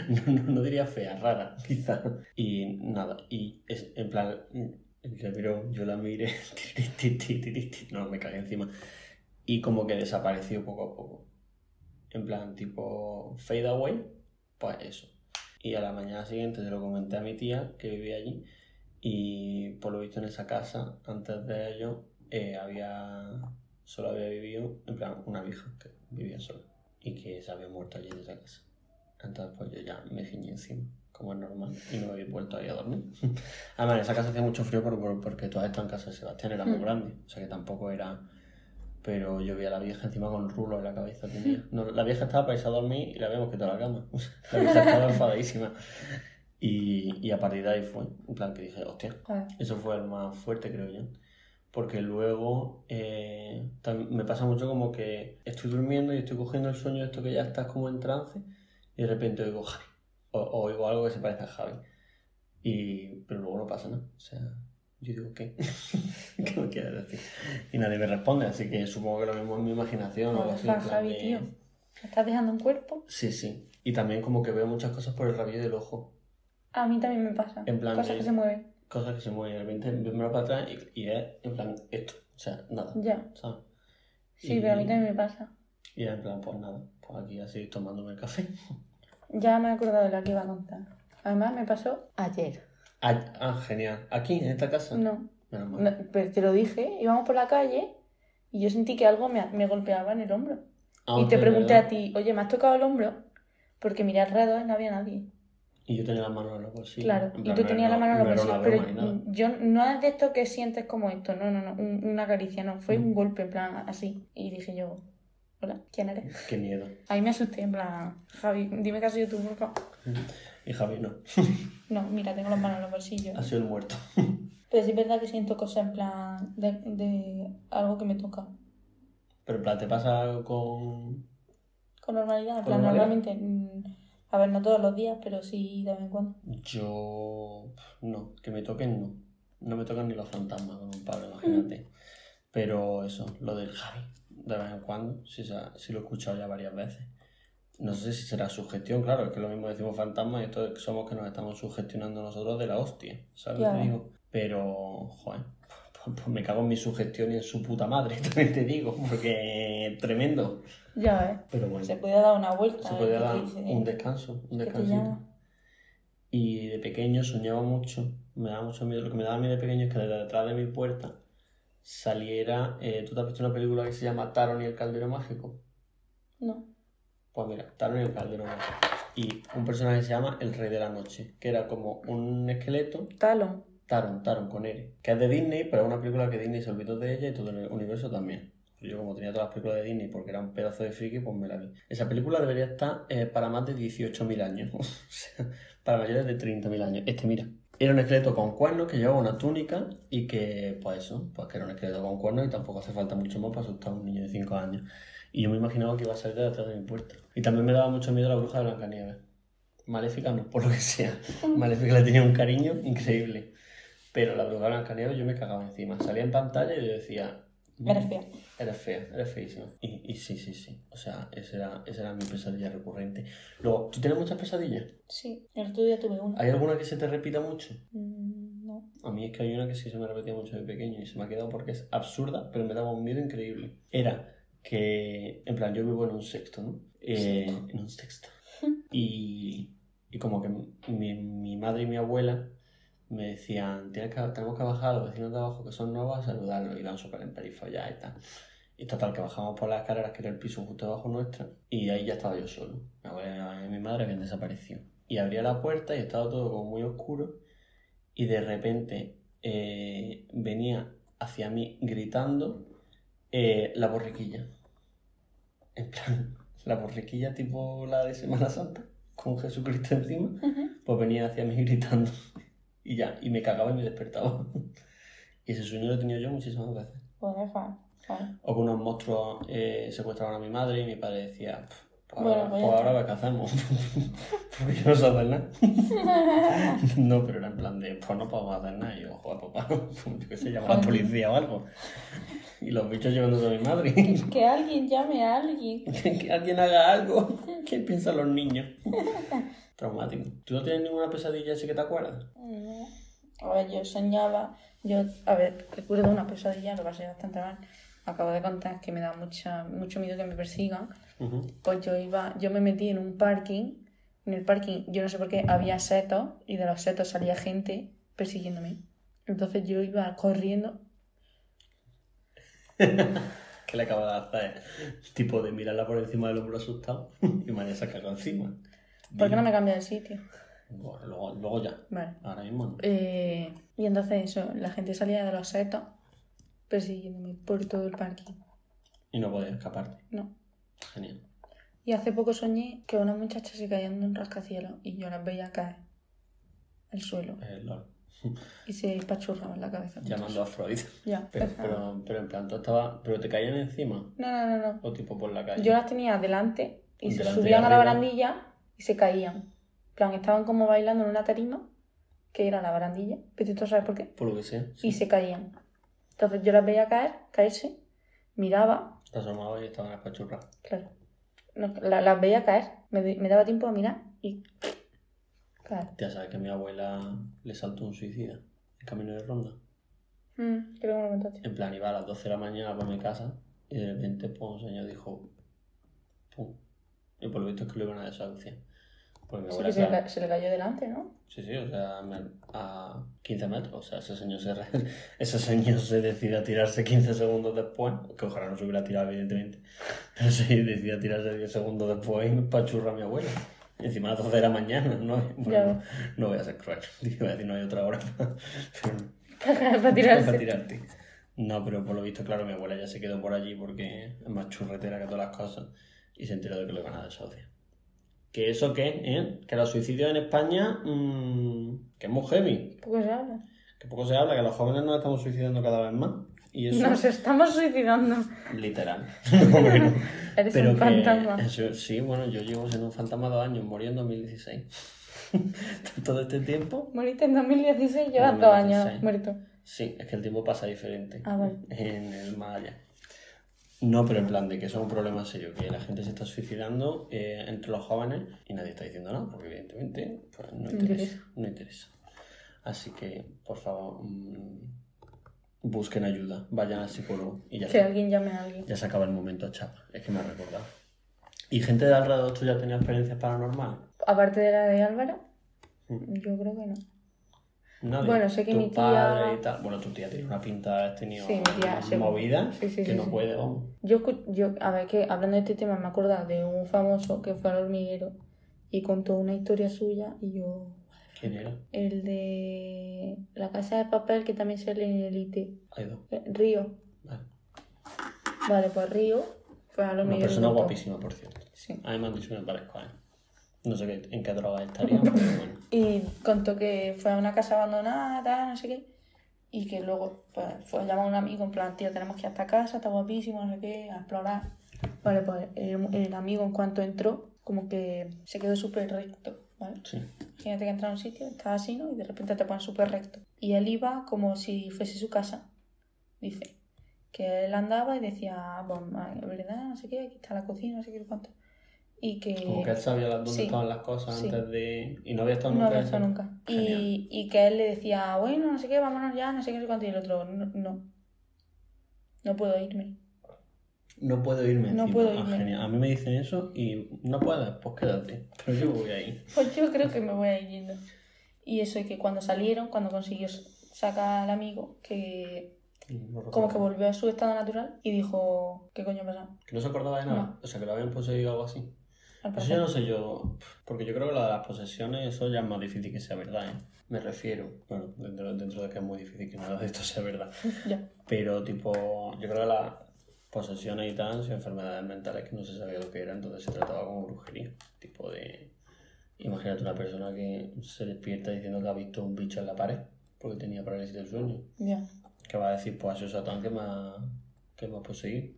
Speaker 2: No, no- no diría fea, rara, *laughs* quizá. Y nada, y es- en plan, le miró, yo la miré, *laughs* ti, ti, ti, ti, ti, ti, no, me cagué encima. Y como que desapareció poco a poco. En plan, tipo, fade away, pues eso. Y a la mañana siguiente se lo comenté a mi tía, que vivía allí, Y por lo visto en esa casa, antes de ello, eh, había solo había vivido, en plan, una vieja que vivía sola y que se había muerto allí en esa casa. Entonces pues yo ya me giñé encima, como es normal, y no he vuelto ahí a dormir. *laughs* Además, en esa casa hacía mucho frío por- por- porque todas estas en casa de Sebastián era muy
Speaker 1: Mm.
Speaker 2: grande, o sea que tampoco era... Pero yo vi a la vieja encima con rulo en la cabeza tenía. No, la vieja estaba para irse a dormir y la habíamos quitado la cama. *laughs* O sea, la vieja estaba enfadadísima. Y, y a partir de ahí fue, en plan que dije, hostia,
Speaker 1: Joder.
Speaker 2: eso fue el más fuerte, creo yo. Porque luego eh, tam- me pasa mucho como que estoy durmiendo y estoy cogiendo el sueño, esto que ya estás como en trance, y de repente oigo Javi. O, o oigo algo que se parece a Javi. Y, pero luego no pasa nada. O sea, yo digo, ¿qué? *laughs* ¿Qué me quieres decir? Y nadie me responde, así que supongo que lo mismo es mi imaginación o algo así. en
Speaker 1: Joder,
Speaker 2: plan
Speaker 1: Javi,
Speaker 2: de-
Speaker 1: tío. ¿Me estás dejando un cuerpo?
Speaker 2: Sí, sí. Y también como que veo muchas cosas por el rabillo del ojo.
Speaker 1: A mí también me pasa.
Speaker 2: En plan
Speaker 1: Cosas
Speaker 2: de-
Speaker 1: que se mueven.
Speaker 2: Cosas que se mueven de repente, me miro para atrás y, y es en plan esto. O sea, nada.
Speaker 1: Ya.
Speaker 2: ¿sabes?
Speaker 1: Sí,
Speaker 2: Y-
Speaker 1: pero a mí también me pasa.
Speaker 2: Y era en plan, pues nada, pues aquí así tomándome el café.
Speaker 1: Ya me he acordado de la que iba a contar. Además, me pasó ayer.
Speaker 2: Ah, ah, genial. ¿Aquí, en esta casa?
Speaker 1: No,
Speaker 2: Menos mal.
Speaker 1: no, pero te lo dije. Íbamos por la calle y yo sentí que algo me, me golpeaba en el hombro.
Speaker 2: Ah,
Speaker 1: y te
Speaker 2: ok,
Speaker 1: pregunté
Speaker 2: ¿verdad?
Speaker 1: a ti, oye, ¿me has tocado el hombro? Porque miré alrededor y no había nadie.
Speaker 2: Y yo tenía la mano en los bolsillos.
Speaker 1: Claro,
Speaker 2: En
Speaker 1: y
Speaker 2: plan,
Speaker 1: tú
Speaker 2: no
Speaker 1: tenías la
Speaker 2: era-
Speaker 1: mano en
Speaker 2: no
Speaker 1: la
Speaker 2: era
Speaker 1: bolsillos,
Speaker 2: una
Speaker 1: pero
Speaker 2: broma ni
Speaker 1: *laughs*
Speaker 2: nada.
Speaker 1: yo no es de esto que sientes como esto, no, no, no, un- una caricia, no, fue
Speaker 2: Mm.
Speaker 1: un golpe en plan así. Y dije yo, hola, ¿quién eres?
Speaker 2: Qué miedo.
Speaker 1: Ahí me asusté, en plan, Javi, dime que has sido tú, por favor.
Speaker 2: Y Javi no,
Speaker 1: No, mira, tengo las manos en los bolsillos.
Speaker 2: ha sido el muerto.
Speaker 1: Pero sí es verdad que siento cosas en plan de, de algo que me toca.
Speaker 2: Pero en plan, ¿te pasa algo con...?
Speaker 1: Con normalidad, en
Speaker 2: Con
Speaker 1: plan,
Speaker 2: normalidad.
Speaker 1: normalmente, mm, a ver, no todos los días, pero sí de vez en cuando.
Speaker 2: Yo... No, que me toquen no. No me tocan ni los fantasmas con un palo, imagínate. Pero eso, lo del Javi, de vez en cuando, si, se ha- si lo he escuchado ya varias veces. No sé si será sugestión, claro, es que lo mismo decimos fantasma y esto es que somos que nos estamos sugestionando nosotros de la hostia, ¿sabes lo que
Speaker 1: Claro.
Speaker 2: te digo? Pero, joder, pues, pues me cago en mi sugestión y en su puta madre, *laughs* también te digo, porque tremendo.
Speaker 1: Ya
Speaker 2: Pero bueno,
Speaker 1: ves,
Speaker 2: se,
Speaker 1: se podía dar una vuelta. Pues a ver
Speaker 2: podría
Speaker 1: qué te
Speaker 2: dar
Speaker 1: dice. ¿eh?
Speaker 2: un descanso, un
Speaker 1: ¿Qué te
Speaker 2: descansito.
Speaker 1: llama?
Speaker 2: Y de pequeño soñaba mucho, me daba mucho miedo. Lo que me daba miedo de pequeño es que desde detrás de mi puerta saliera. eh, ¿Tú te has visto una película que se llama Taron y el Caldero Mágico?
Speaker 1: No,
Speaker 2: Pues mira, Taron y el Caldero Mágico. Y un personaje que se llama El Rey de la Noche, que era como un esqueleto,
Speaker 1: talón.
Speaker 2: Taron, Taron con R, que es de Disney, pero es una película que Disney se olvidó de ella y todo el universo también. Yo como tenía todas las películas de Disney porque era un pedazo de friki, pues me la vi. Esa película debería estar eh, para más de 18.000 años, *laughs* o sea, para mayores de 30.000 años. Este, mira, era un esqueleto con cuernos que llevaba una túnica y que, pues eso, pues que era un esqueleto con cuernos y tampoco hace falta mucho más para asustar a un niño de 5 años. Y yo me imaginaba que iba a salir de detrás de mi puerta. Y también me daba mucho miedo la bruja de Blancanieves. Maléfica no, por lo que sea. Maléfica le tenía un cariño increíble. Pero la bruja de Blancanieves yo me cagaba encima. Salía en pantalla y yo decía...
Speaker 1: Eres fea.
Speaker 2: Eres fea, eres feísima. Y, y sí, sí, sí. O sea, esa era, esa era mi pesadilla recurrente. Luego, ¿tú tienes muchas pesadillas?
Speaker 1: Sí, el otro día tuve una.
Speaker 2: ¿Hay alguna que se te repita mucho?
Speaker 1: Mm, No.
Speaker 2: A mí es que hay una que sí se me repetía mucho de pequeño y se me ha quedado porque es absurda, pero me daba un miedo increíble. Era que, en plan, yo vivo en un sexto, ¿no? Eh,
Speaker 1: Sexto.
Speaker 2: En un sexto. Y, y como que mi, mi madre y mi abuela me decían, "Tienes que, tenemos que bajar a los vecinos de abajo que son nuevos a saludarlos y eran súper emperifollados y tal. Y total, que bajamos por las escaleras que era el piso justo debajo nuestra y ahí ya estaba yo solo. Mi abuela y mi madre habían desaparecido. Y abría la puerta y estaba todo como muy oscuro y de repente eh, venía hacia mí gritando eh, la borriquilla. En plan, *laughs* la borriquilla tipo la de Semana Santa, con Jesucristo encima,
Speaker 1: Ujú.
Speaker 2: pues venía hacia mí *laughs* gritando. Y ya, y me cagaba y me despertaba. *laughs* Y ese sueño lo he tenido yo muchísimas veces.
Speaker 1: Joder, Juan,
Speaker 2: *laughs*
Speaker 1: Juan.
Speaker 2: O que unos monstruos eh, secuestraban a mi madre y mi padre decía, "Pf, pues
Speaker 1: Bueno,
Speaker 2: ahora,
Speaker 1: pues
Speaker 2: pues
Speaker 1: ya
Speaker 2: ahora ¿qué hacemos? *laughs* Porque yo no sé hacer nada. *laughs* No, pero era en plan de, pues no podemos hacer nada. Y yo, joder, papá, *laughs* yo qué sé, llamar a la
Speaker 1: Joder.
Speaker 2: policía o algo. Y los bichos llevándose a mi madre. *laughs*
Speaker 1: que alguien llame a alguien.
Speaker 2: que alguien haga algo. *laughs* ¿Qué piensan
Speaker 1: *laughs*
Speaker 2: los niños? Traumático. ¿Tú no tienes ninguna pesadilla así que te acuerdas?
Speaker 1: No. A ver, yo soñaba, yo, a ver, recuerdo una pesadilla, lo pasé bastante mal. Acabo de contar que me da mucha, mucho miedo que me persigan.
Speaker 2: Ujú.
Speaker 1: Pues yo iba, yo me metí en un parking, en el parking, yo no sé por qué, había setos y de los setos salía gente persiguiéndome. Entonces yo iba corriendo.
Speaker 2: que le acaba de hacer el tipo de mirarla por encima del hombro asustado *laughs* y María se ha cagado encima.
Speaker 1: ¿Por qué no me cambié de sitio?
Speaker 2: Bueno, luego, luego ya,
Speaker 1: Vale.
Speaker 2: ahora mismo no.
Speaker 1: Eh, y entonces eso, la gente salía de los setos persiguiéndome por todo el parking.
Speaker 2: Y no podía escaparte.
Speaker 1: No.
Speaker 2: Genial.
Speaker 1: Y hace poco soñé que una muchacha se caía en un rascacielos y yo las veía caer al suelo
Speaker 2: Eh, lo-
Speaker 1: y se pachurraban la cabeza.
Speaker 2: llamando a Freud. *laughs*
Speaker 1: Ya.
Speaker 2: Pero,
Speaker 1: empezaba.
Speaker 2: pero, pero en plan, tú estabas. Pero te caían encima.
Speaker 1: No, no, no, no.
Speaker 2: O tipo por la calle.
Speaker 1: Yo las tenía delante y se
Speaker 2: Delante y
Speaker 1: subían a la
Speaker 2: arriba.
Speaker 1: barandilla y se caían. En plan, estaban como bailando en una tarima que era la barandilla, pero tú sabes por qué.
Speaker 2: Por lo que sea.
Speaker 1: Y
Speaker 2: Sí.
Speaker 1: se caían. Entonces yo las veía caer, caerse, miraba
Speaker 2: Te asomabas y estaban las pachurras.
Speaker 1: Claro. No, la- las veía caer. Me, di- me daba tiempo a mirar y. Caer.
Speaker 2: Ya sabes que a mi abuela le saltó un suicida en camino de ronda.
Speaker 1: Mm, creo que me lo contaste.
Speaker 2: En plan, iba a las 12 de la mañana por mi casa y de repente pues, un señor dijo. ¡Pum! Y por lo visto es que lo iban a desahuciar. Porque mi
Speaker 1: Sí,
Speaker 2: abuela.
Speaker 1: que se, le
Speaker 2: claro,
Speaker 1: ca- se le cayó delante, ¿no? *laughs*
Speaker 2: Sí, sí, o sea, me- a 15 metros. O sea, ese señor se, re- *laughs* ese señor se decide a tirarse 15 segundos después. Que ojalá no se hubiera tirado, evidentemente. *laughs* Pero se decide a tirarse 10 segundos después y me pachurra a mi abuela. Encima a las 12 de la mañana. No, *laughs* bueno,
Speaker 1: Ya.
Speaker 2: no, no voy a ser cruel. *laughs* Iba a decir, no hay otra hora. *laughs* para- pero no.
Speaker 1: Para
Speaker 2: Para
Speaker 1: tirarse.
Speaker 2: tirarte. No, pero por lo visto, claro, mi abuela ya se quedó por allí porque es más churretera que todas las cosas y se enteró de que lo iban a desahuciar. ¿Que eso qué? ¿Eh? Que los suicidios en España, mm, que es muy heavy,
Speaker 1: Poco se habla.
Speaker 2: que poco se habla, que los jóvenes nos estamos suicidando cada vez más. Y eso,
Speaker 1: Nos estamos suicidando. *laughs*
Speaker 2: literal. *laughs* Bueno,
Speaker 1: Eres
Speaker 2: pero
Speaker 1: un
Speaker 2: que-
Speaker 1: fantasma.
Speaker 2: eso- sí, bueno, yo llevo siendo un fantasma dos años, morí en 2016. *laughs* Todo este tiempo.
Speaker 1: Moriste en 2016, llevas dos años
Speaker 2: 2016.
Speaker 1: muerto.
Speaker 2: Sí, es que el tiempo pasa diferente
Speaker 1: Ah, vale.
Speaker 2: en el más allá. No, pero en plan de que eso es un problema serio, que la gente se está suicidando eh, entre los jóvenes y nadie está diciendo nada, porque evidentemente pues, no interesa,
Speaker 1: interesa.
Speaker 2: no interesa. Así que, por favor, mm, busquen ayuda, vayan al psicólogo y ya,
Speaker 1: Que
Speaker 2: se,
Speaker 1: alguien llame a alguien.
Speaker 2: ya se acaba el momento, chapa. Es que me ha recordado. ¿Y gente de alrededor tuya tenía experiencias paranormales?
Speaker 1: Aparte de la de Álvaro,
Speaker 2: Mm.
Speaker 1: yo creo que no.
Speaker 2: Nadie.
Speaker 1: Bueno, sé que
Speaker 2: Tu
Speaker 1: mi tía-
Speaker 2: padre y tal. Bueno, tu tía tiene una pinta, has tenido
Speaker 1: Sí, mi tía, sí.
Speaker 2: movida
Speaker 1: Sí, sí,
Speaker 2: que
Speaker 1: sí,
Speaker 2: no
Speaker 1: sí.
Speaker 2: puede, vamos.
Speaker 1: Yo, escu- yo, a ver, que hablando de este tema me he acordado de un famoso que fue al hormiguero y contó una historia suya y yo,
Speaker 2: ¿Quién era?
Speaker 1: El de la casa de papel que también sale en el IT.
Speaker 2: Hay dos.
Speaker 1: Eh, Río.
Speaker 2: Vale.
Speaker 1: Vale, pues Río. Fue a los
Speaker 2: Ah, Una
Speaker 1: Miguel
Speaker 2: persona
Speaker 1: Botó.
Speaker 2: guapísima, por cierto.
Speaker 1: Sí.
Speaker 2: A mí me han dicho que me parezco a él. No sé qué- en qué droga
Speaker 1: *laughs*
Speaker 2: estaría, pero bueno.
Speaker 1: Y contó que fue a una casa abandonada, tal, no sé qué. Y que luego pues, fue a llamar a un amigo en plan, tío, tenemos que ir a esta casa, está guapísimo, no sé qué, a explorar. Vale, pues el, el amigo en cuanto entró, como que se quedó súper recto, ¿vale?
Speaker 2: Sí.
Speaker 1: Imagínate que entras a un sitio, estás así, ¿no? Y de repente te pones súper recto. Y él iba como si fuese su casa, dice. Que él andaba y decía, bueno, es verdad, no sé qué, aquí está la cocina, no sé qué cuánto. Y que...
Speaker 2: Como que él sabía dónde
Speaker 1: Eh, sí.
Speaker 2: estaban las cosas
Speaker 1: Sí.
Speaker 2: antes de. Y no había estado
Speaker 1: No
Speaker 2: nunca.
Speaker 1: había
Speaker 2: en
Speaker 1: estado
Speaker 2: ese-
Speaker 1: nunca.
Speaker 2: Genial.
Speaker 1: Y, y que él le decía, bueno, no sé qué, vámonos ya, no sé qué, no sé cuánto. Y el otro, no. No, no puedo irme. *laughs*
Speaker 2: No puedo irme.
Speaker 1: No
Speaker 2: encima.
Speaker 1: puedo
Speaker 2: Ah,
Speaker 1: irme.
Speaker 2: genial. A mí me dicen eso y no puedes, pues quédate. *laughs* Pero yo voy ahí.
Speaker 1: Pues yo creo que me voy a ir yendo. Y eso, y que cuando salieron, cuando consiguió sacar al amigo, que
Speaker 2: No
Speaker 1: como que
Speaker 2: recuerdo.
Speaker 1: volvió a su estado natural y dijo, ¿qué coño ha pasado?
Speaker 2: Que no se acordaba de nada.
Speaker 1: No.
Speaker 2: O sea, que lo habían poseído o algo así.
Speaker 1: Al
Speaker 2: Eso ya
Speaker 1: parecer.
Speaker 2: no sé Pues yo, porque yo creo que lo de las posesiones, eso ya es más difícil que sea verdad, ¿eh? Me refiero, bueno, dentro, dentro de que es muy difícil que nada de esto sea verdad,
Speaker 1: Ya.
Speaker 2: pero tipo, yo creo que las posesiones y tal son enfermedades mentales que no se sabía lo que era, entonces se trataba como brujería, tipo de... Imagínate una persona que se despierta diciendo que ha visto un bicho en la pared, porque tenía parálisis del sueño,
Speaker 1: Ya.
Speaker 2: que va a decir, pues ha sido Satán que me ha, que me ha poseído.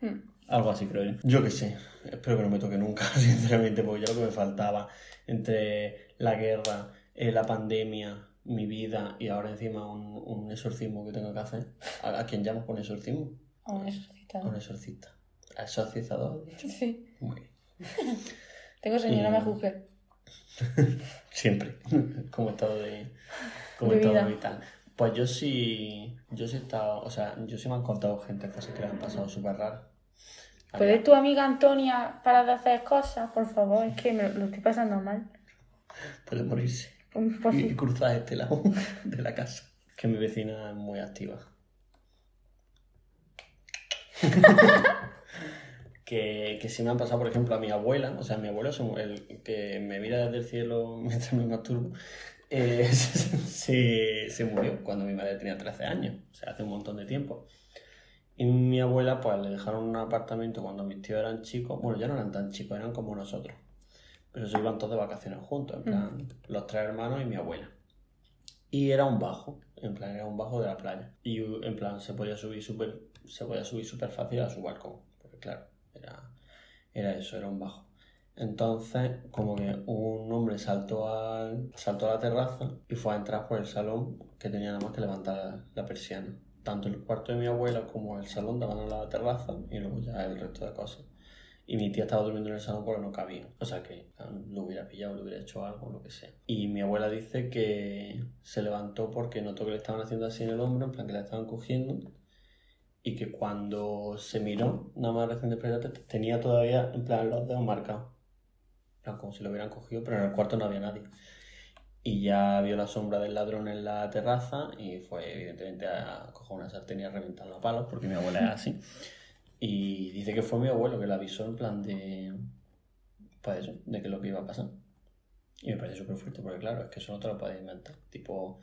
Speaker 1: Hmm.
Speaker 2: Algo así, creo yo. Yo qué sé. Espero que no me toque nunca, *laughs* sinceramente, porque ya lo que me faltaba entre la guerra, eh, la pandemia, mi vida y ahora encima un, un exorcismo que tengo que hacer. ¿A, a quién llamo por exorcismo?
Speaker 1: A un
Speaker 2: A un
Speaker 1: exorcista.
Speaker 2: exorcista. ¿A exorcizador?
Speaker 1: *laughs* Sí.
Speaker 2: Muy bien.
Speaker 1: Tengo sueño, no
Speaker 2: Y-
Speaker 1: me juzgues.
Speaker 2: Siempre. *laughs* como estado de. Como
Speaker 1: De
Speaker 2: estado
Speaker 1: vida.
Speaker 2: vital. Pues yo sí. Yo sí he estado. O sea, yo sí me han contado gente cosas que le han pasado súper raras.
Speaker 1: ¿Puedes tu amiga Antonia parar de hacer cosas, por favor? Es que me lo estoy pasando mal. *laughs*
Speaker 2: Puede morirse.
Speaker 1: Por
Speaker 2: y, y
Speaker 1: si-
Speaker 2: cruzas este lado *laughs* de la casa. que mi vecina es
Speaker 1: *laughs*
Speaker 2: muy activa. que, que si me han pasado, por ejemplo, a mi abuela, o sea, mi abuelo se mu- el que me mira desde el cielo *laughs* mientras me masturbo, eh, *laughs* se, se murió cuando mi madre tenía 13 años, o sea, hace un montón de tiempo. Y mi abuela, pues le dejaron un apartamento cuando mis tíos eran chicos, bueno, ya no eran tan chicos, eran como nosotros, pero se iban todos de vacaciones juntos, en plan, los tres hermanos y mi abuela. Y era un bajo, en plan, era un bajo de la playa. Y en plan, se podía subir súper se podía subir súper fácil a su balcón, porque claro, era, era eso, era un bajo. Entonces, como que un hombre saltó, al, saltó a la terraza y fue a entrar por el salón que tenía nada más que levantar la, la persiana. Tanto el cuarto de mi abuela como el salón daban a la terraza y luego ya el resto de cosas. Y mi tía estaba durmiendo en el salón porque no cabía. O sea que ah, lo hubiera pillado, lo hubiera hecho algo, lo que sea. Y mi abuela dice que se levantó porque notó que le estaban haciendo así en el hombro, en plan que la estaban cogiendo. Y que cuando se miró, nada más recién despertada, te- tenía todavía en plan los dedos marcados. En plan, como si lo hubieran cogido, pero en el cuarto no había nadie. Y ya vio la sombra del ladrón en la terraza y fue evidentemente a coger una sartén y a reventarla a palos, porque mi abuela era así. Y dice que fue mi abuelo que le avisó en plan de. Pues eso, de que lo que iba a pasar. Y me parece súper fuerte, porque claro, es que eso no te lo puedes inventar. Tipo,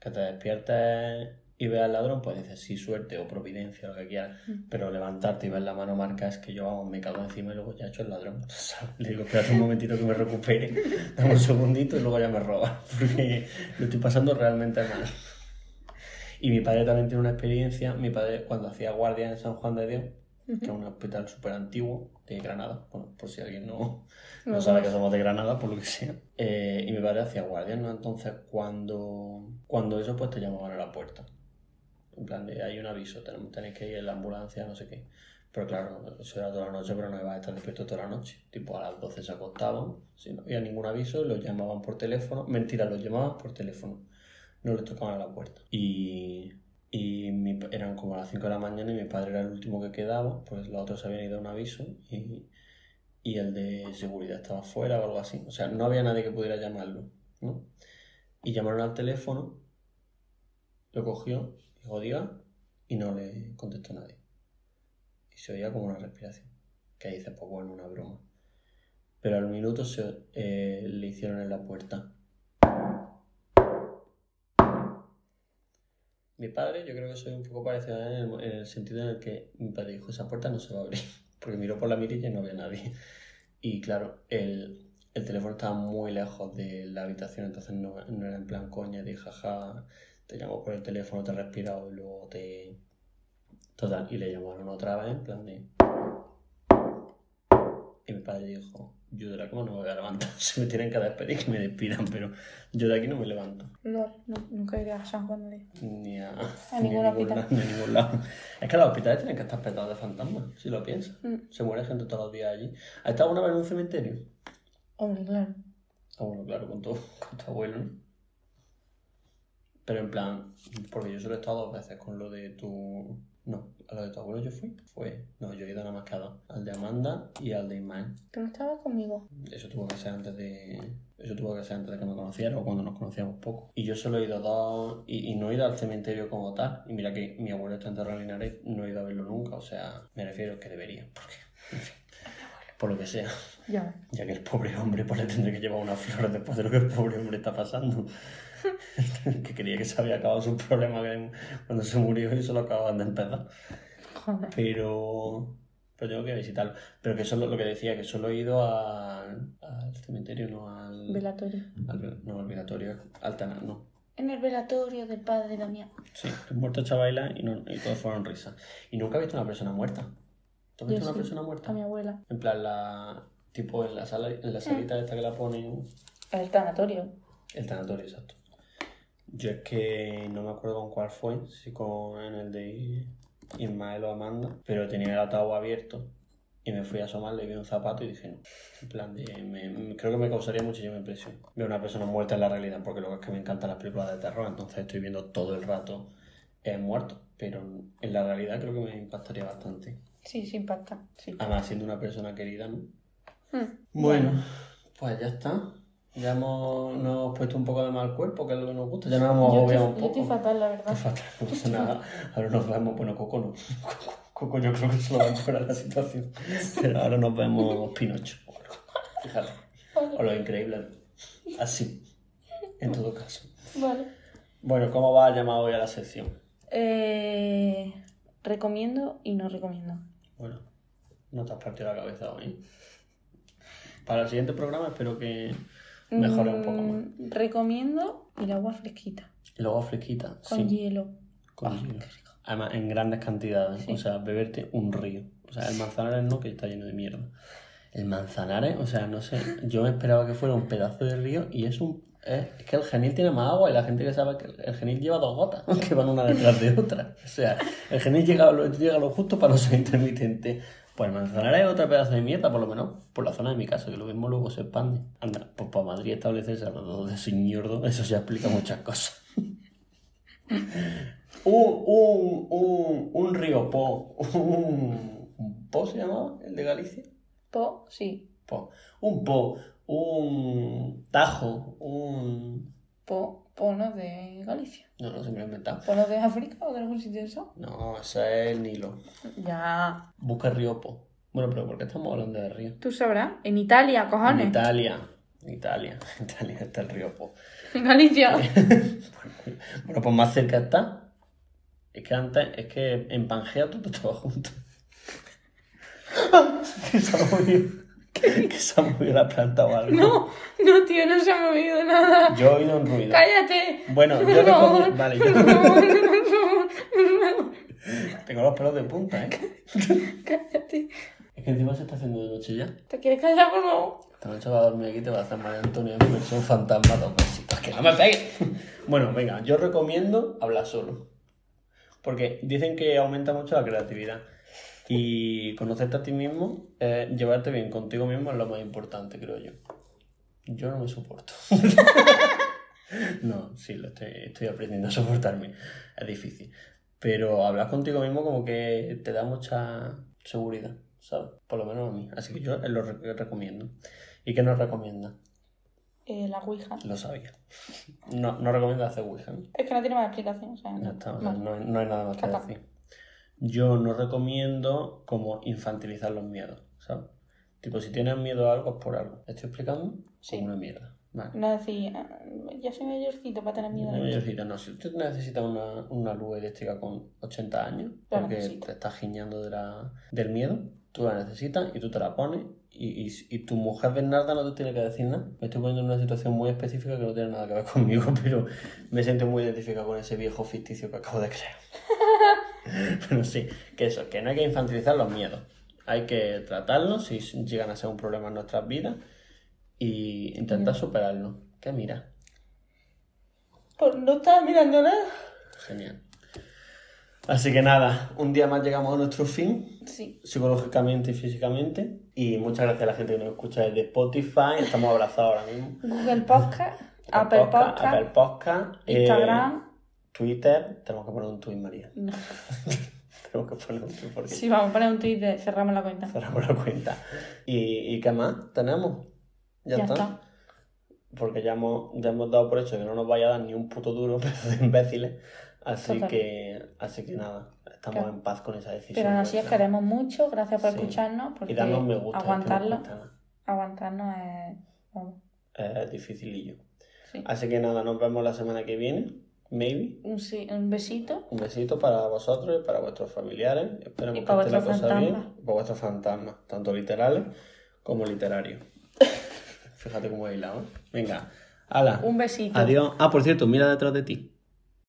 Speaker 2: que te despiertes y veas al ladrón, pues dices sí, suerte o providencia, lo que quieras.
Speaker 1: Mm.
Speaker 2: Pero levantarte y ver la mano marca es que yo vamos, me cago encima y luego ya he hecho el ladrón. *laughs* O sea, le digo, espérate un momentito que me recupere, *laughs* dame un segundito y luego ya me roba. *laughs* Porque lo estoy pasando realmente mal. Y mi padre también tiene una experiencia. Mi padre, cuando hacía guardia en San Juan de Dios, que es un hospital súper antiguo de Granada, bueno, por si alguien no, no,
Speaker 1: No
Speaker 2: sabe
Speaker 1: conoce.
Speaker 2: que somos de Granada, por lo que sea. *laughs* Eh, y mi padre hacía guardia, ¿no? Entonces, cuando, cuando eso, pues te llamaban a la puerta. En plan, de, hay un aviso, tenemos- tenéis que ir en la ambulancia, no sé qué. Pero claro, eso era toda la noche, pero no ibas a estar despierto toda la noche. Tipo, a las 12 se acostaban, si no había ningún aviso, los llamaban por teléfono. Mentira, los llamaban por teléfono. No les tocaban a la puerta. Y, y mi pa- eran como las 5 de la mañana y mi padre era el último que quedaba, pues los otros habían ido a un aviso y, y el de seguridad estaba fuera o algo así. O sea, no había nadie que pudiera llamarlo, ¿no? Y llamaron al teléfono, lo cogió, dijo diga, y no le contestó nadie. Y se oía como una respiración. Que ahí dices, pues bueno, una broma. Pero al minuto se, eh, le hicieron en la puerta. Mi padre, yo creo que soy un poco parecido a él en el, en el sentido en el que mi padre dijo, esa puerta no se va a abrir, *laughs* porque miró por la mirilla y no había nadie. Y claro, el, el teléfono estaba muy lejos de la habitación, entonces no, no era en plan coña de jaja, te llamo por el teléfono, te he respirado y luego te... Total, y le llamaron otra vez en plan de... Y mi padre dijo, yo de la cama no me voy a levantar, *laughs* si me tienen que despedir que me despidan, pero yo de aquí no me levanto
Speaker 1: No, no- nunca iré a San Juan de Dios.
Speaker 2: ni a,
Speaker 1: A
Speaker 2: ni
Speaker 1: ningún
Speaker 2: a
Speaker 1: hospital.
Speaker 2: ningún lado, ni a ningún lado. Es que los hospitales tienen que estar petados de fantasmas, si lo piensas.
Speaker 1: Mm.
Speaker 2: Se muere gente todos los días allí. ¿Has estado una vez en un cementerio?
Speaker 1: Hombre, claro.
Speaker 2: Ah, bueno, claro, con tu, con tu abuelo, ¿no? Pero en plan, porque yo solo he estado dos veces con lo de tu... No, a lo de tu abuelo yo fui. Fue... No, yo he ido nada más que a dos. Al de Amanda y al de Ismael.
Speaker 1: ¿Tú no estabas conmigo?
Speaker 2: Eso tuvo que ser antes de. Eso tuvo que ser antes de que me conociera o cuando nos conocíamos poco. Y yo solo he ido a dos. Y, y no he ido al cementerio como tal. Y mira que mi abuelo está enterrado en Linares, no he ido a verlo nunca. O sea, me refiero que debería. Porque, en fin, por lo que sea.
Speaker 1: Ya ves.
Speaker 2: Ya que el pobre hombre pues, le tendré que llevar una flor después de lo que el pobre hombre está pasando. *laughs* que creía que se había acabado su problema que- cuando se murió y solo acababan de empezar
Speaker 1: Joder.
Speaker 2: pero pero tengo que visitarlo. Pero que solo lo que decía, que solo he ido al, al cementerio, no al.
Speaker 1: Velatorio.
Speaker 2: al ve- no, al velatorio, al tanar, no.
Speaker 1: En el velatorio del padre Damián.
Speaker 2: Sí, muerto chavala y, no, y todos fueron risas. Y nunca he visto una persona muerta. ¿Tú has
Speaker 1: Yo
Speaker 2: visto una
Speaker 1: sí,
Speaker 2: persona
Speaker 1: A Eh.
Speaker 2: muerta?
Speaker 1: mi abuela.
Speaker 2: En plan, la. Tipo, en la sala, en la salita esta que la ponen.
Speaker 1: El tanatorio.
Speaker 2: El tanatorio, exacto. Yo es que no me acuerdo con cuál fue, si con el de Ismael o Amanda, pero tenía el ataúd abierto y me fui a asomar, le vi un zapato y dije no. En plan, de- me- me- creo que me causaría muchísima impresión ver una persona muerta en la realidad, porque lo que es que me encantan las películas de terror, entonces estoy viendo todo el rato eh, muerto, pero en la realidad creo que me impactaría bastante.
Speaker 1: Sí, sí, impacta. Sí.
Speaker 2: Además, siendo una persona querida, ¿no?
Speaker 1: Mm.
Speaker 2: Bueno, pues ya está. Ya hemos, nos hemos puesto un poco de mal cuerpo, que es lo que nos gusta. Ya nos hemos
Speaker 1: yo,
Speaker 2: agobiado
Speaker 1: estoy,
Speaker 2: un
Speaker 1: yo estoy
Speaker 2: poco.
Speaker 1: fatal, la
Speaker 2: Qué
Speaker 1: verdad.
Speaker 2: fatal, no pasa nada. Ahora nos vemos, bueno, Coco no. Coco, Coco yo creo que se lo va a mejorar la situación. Pero ahora nos vemos Pinocho. Fíjate. O lo increíble. Así. En todo caso.
Speaker 1: Vale.
Speaker 2: Bueno, ¿cómo va a llamar hoy a la sección?
Speaker 1: Eh, recomiendo y no recomiendo.
Speaker 2: Bueno, no te has partido la cabeza hoy. Para el siguiente programa espero que mejore un poco más.
Speaker 1: Mm, Recomiendo el agua fresquita,
Speaker 2: Y luego fresquita.
Speaker 1: con
Speaker 2: sí.
Speaker 1: hielo.
Speaker 2: con
Speaker 1: Ah,
Speaker 2: hielo.
Speaker 1: qué rico.
Speaker 2: Además, en grandes cantidades.
Speaker 1: Sí.
Speaker 2: O sea, beberte un río. O sea, el manzanares no, que está lleno de mierda. El manzanares, o sea, no sé. Yo me esperaba que fuera un pedazo de río y es un. Es, es que el genil tiene más agua y la gente que sabe que el genil lleva dos gotas, *laughs* que van una detrás de otra. O sea, el genil llega, a lo- llega a lo justo para no ser intermitente. Pues el manzanares es otro pedazo de mierda, por lo menos por la zona de mi casa, que lo mismo luego se expande. Anda, pues para Madrid establecerse alrededor de señordo, eso ya explica muchas cosas un, un, un, un río Po. Un, un ¿Po se llamaba? ¿El de Galicia?
Speaker 1: Po, sí,
Speaker 2: Po. Un Po. Un Tajo. Un.
Speaker 1: po, ponos de Galicia.
Speaker 2: No, no se me lo he inventado.
Speaker 1: ¿Ponos de África o de algún sitio de eso?
Speaker 2: No, ese es el Nilo.
Speaker 1: Ya.
Speaker 2: Busca el río Po. Bueno, pero ¿por qué estamos hablando de río?
Speaker 1: Tú sabrás. En Italia,
Speaker 2: En
Speaker 1: cojones.
Speaker 2: Italia. En Italia. *laughs* En Italia está el río Po.
Speaker 1: *laughs* En
Speaker 2: *laughs*
Speaker 1: Galicia.
Speaker 2: Bueno, pues más cerca está. Es que antes, es que en Pangea todo estaba junto. *laughs* que se ha movido. que se ha movido la planta o algo.
Speaker 1: No, no, tío, no se ha movido nada.
Speaker 2: Yo he oído un ruido.
Speaker 1: ¡Cállate!
Speaker 2: Bueno, yo
Speaker 1: Por favor,
Speaker 2: recomiendo- vale, yo-
Speaker 1: por favor, *laughs* por favor, por favor.
Speaker 2: Tengo los pelos de punta, ¿eh?
Speaker 1: Cállate.
Speaker 2: Es que encima se está haciendo de noche ya.
Speaker 1: ¿Te quieres callar, por favor?
Speaker 2: Esta noche va a dormir aquí y te va a hacer María Antonia en versión fantasma dos besitos. ¡Que no me pegues! *laughs* Bueno, venga, yo recomiendo hablar solo. Porque dicen que aumenta mucho la creatividad. Y conocerte a ti mismo, eh, llevarte bien contigo mismo es lo más importante, creo yo. Yo no me soporto. *laughs* no, sí, lo estoy, estoy aprendiendo a soportarme. Es difícil. Pero hablar contigo mismo como que te da mucha seguridad, ¿sabes? Por lo menos a mí. Así que yo lo re- recomiendo. ¿Y qué nos recomienda?
Speaker 1: Eh, la Ouija.
Speaker 2: Lo sabía. No, no recomienda hacer Ouija. ¿no?
Speaker 1: Es que no tiene más explicación, o sea.
Speaker 2: Ya está, o sea,
Speaker 1: Vale.
Speaker 2: no, no hay nada más que
Speaker 1: Capaz.
Speaker 2: decir. Yo no recomiendo como infantilizar los miedos, ¿sabes? Tipo, si tienes miedo a algo es por algo. ¿Estoy explicando?
Speaker 1: Sí.
Speaker 2: Como una mierda. Vale.
Speaker 1: No decir, "Ah, ya soy mayorcito para tener miedo.
Speaker 2: No,
Speaker 1: de
Speaker 2: yo
Speaker 1: esto".
Speaker 2: diría, no, si usted necesita una, una luz eléctrica con 80 años,
Speaker 1: La
Speaker 2: porque
Speaker 1: necesita.
Speaker 2: te estás giñando de la, del miedo, tú la necesitas y tú te la pones y, y, y tu mujer Bernarda no te tiene que decir nada. Me estoy poniendo en una situación muy específica que no tiene nada que ver *laughs* conmigo, pero me siento muy identificado con ese viejo ficticio que acabo de crear.
Speaker 1: *laughs*
Speaker 2: pero sí, que eso, que no hay que infantilizar los miedos. Hay que tratarlos si llegan a ser un problema en nuestras vidas y intentar superarlos. Que mira,
Speaker 1: Por- Pues, no estaba mirando nada.
Speaker 2: Genial. Así que nada, un día más llegamos a nuestro fin,
Speaker 1: Sí.
Speaker 2: psicológicamente y físicamente. Y muchas gracias a la gente que nos escucha desde Spotify. Estamos abrazados ahora mismo.
Speaker 1: Google Podcast, Apple
Speaker 2: Podcast,
Speaker 1: Podcast,
Speaker 2: Apple Podcast, eh,
Speaker 1: Instagram.
Speaker 2: Twitter. Tenemos que poner un tweet, María. *laughs* Tenemos que poner un tweet porque
Speaker 1: Sí, vamos a poner un tweet de cerramos la cuenta.
Speaker 2: cerramos la cuenta. ¿Y, y qué más tenemos? Ya,
Speaker 1: Ya
Speaker 2: está.
Speaker 1: está.
Speaker 2: Porque ya hemos, ya hemos dado por hecho que no nos vaya a dar ni un puto duro, *laughs* pero de imbéciles. Así
Speaker 1: Total.
Speaker 2: que, así que nada, estamos
Speaker 1: Claro.
Speaker 2: en paz con esa decisión. pues,
Speaker 1: Pero aún así os
Speaker 2: vuestra.
Speaker 1: queremos mucho. Gracias por
Speaker 2: Sí.
Speaker 1: escucharnos. Porque
Speaker 2: Y darnos me gusta. este que nos
Speaker 1: aguantarlo,
Speaker 2: gusta, ¿no?
Speaker 1: aguantarnos es. vamos,
Speaker 2: Eh, Es dificilillo.
Speaker 1: sí.
Speaker 2: Así que nada, nos vemos la semana que viene. Maybe.
Speaker 1: Un, sí, un besito.
Speaker 2: Un besito para vosotros y para vuestros familiares. Esperemos
Speaker 1: Y para
Speaker 2: que esté
Speaker 1: vuestros
Speaker 2: la cosa bien.
Speaker 1: fantasmas.
Speaker 2: Y para vuestros fantasmas, tanto literales
Speaker 1: *laughs*
Speaker 2: como literarios. Fíjate cómo he hilado. ¿eh? Venga, hala.
Speaker 1: Un besito.
Speaker 2: Adiós. Ah, por cierto, mira detrás de ti.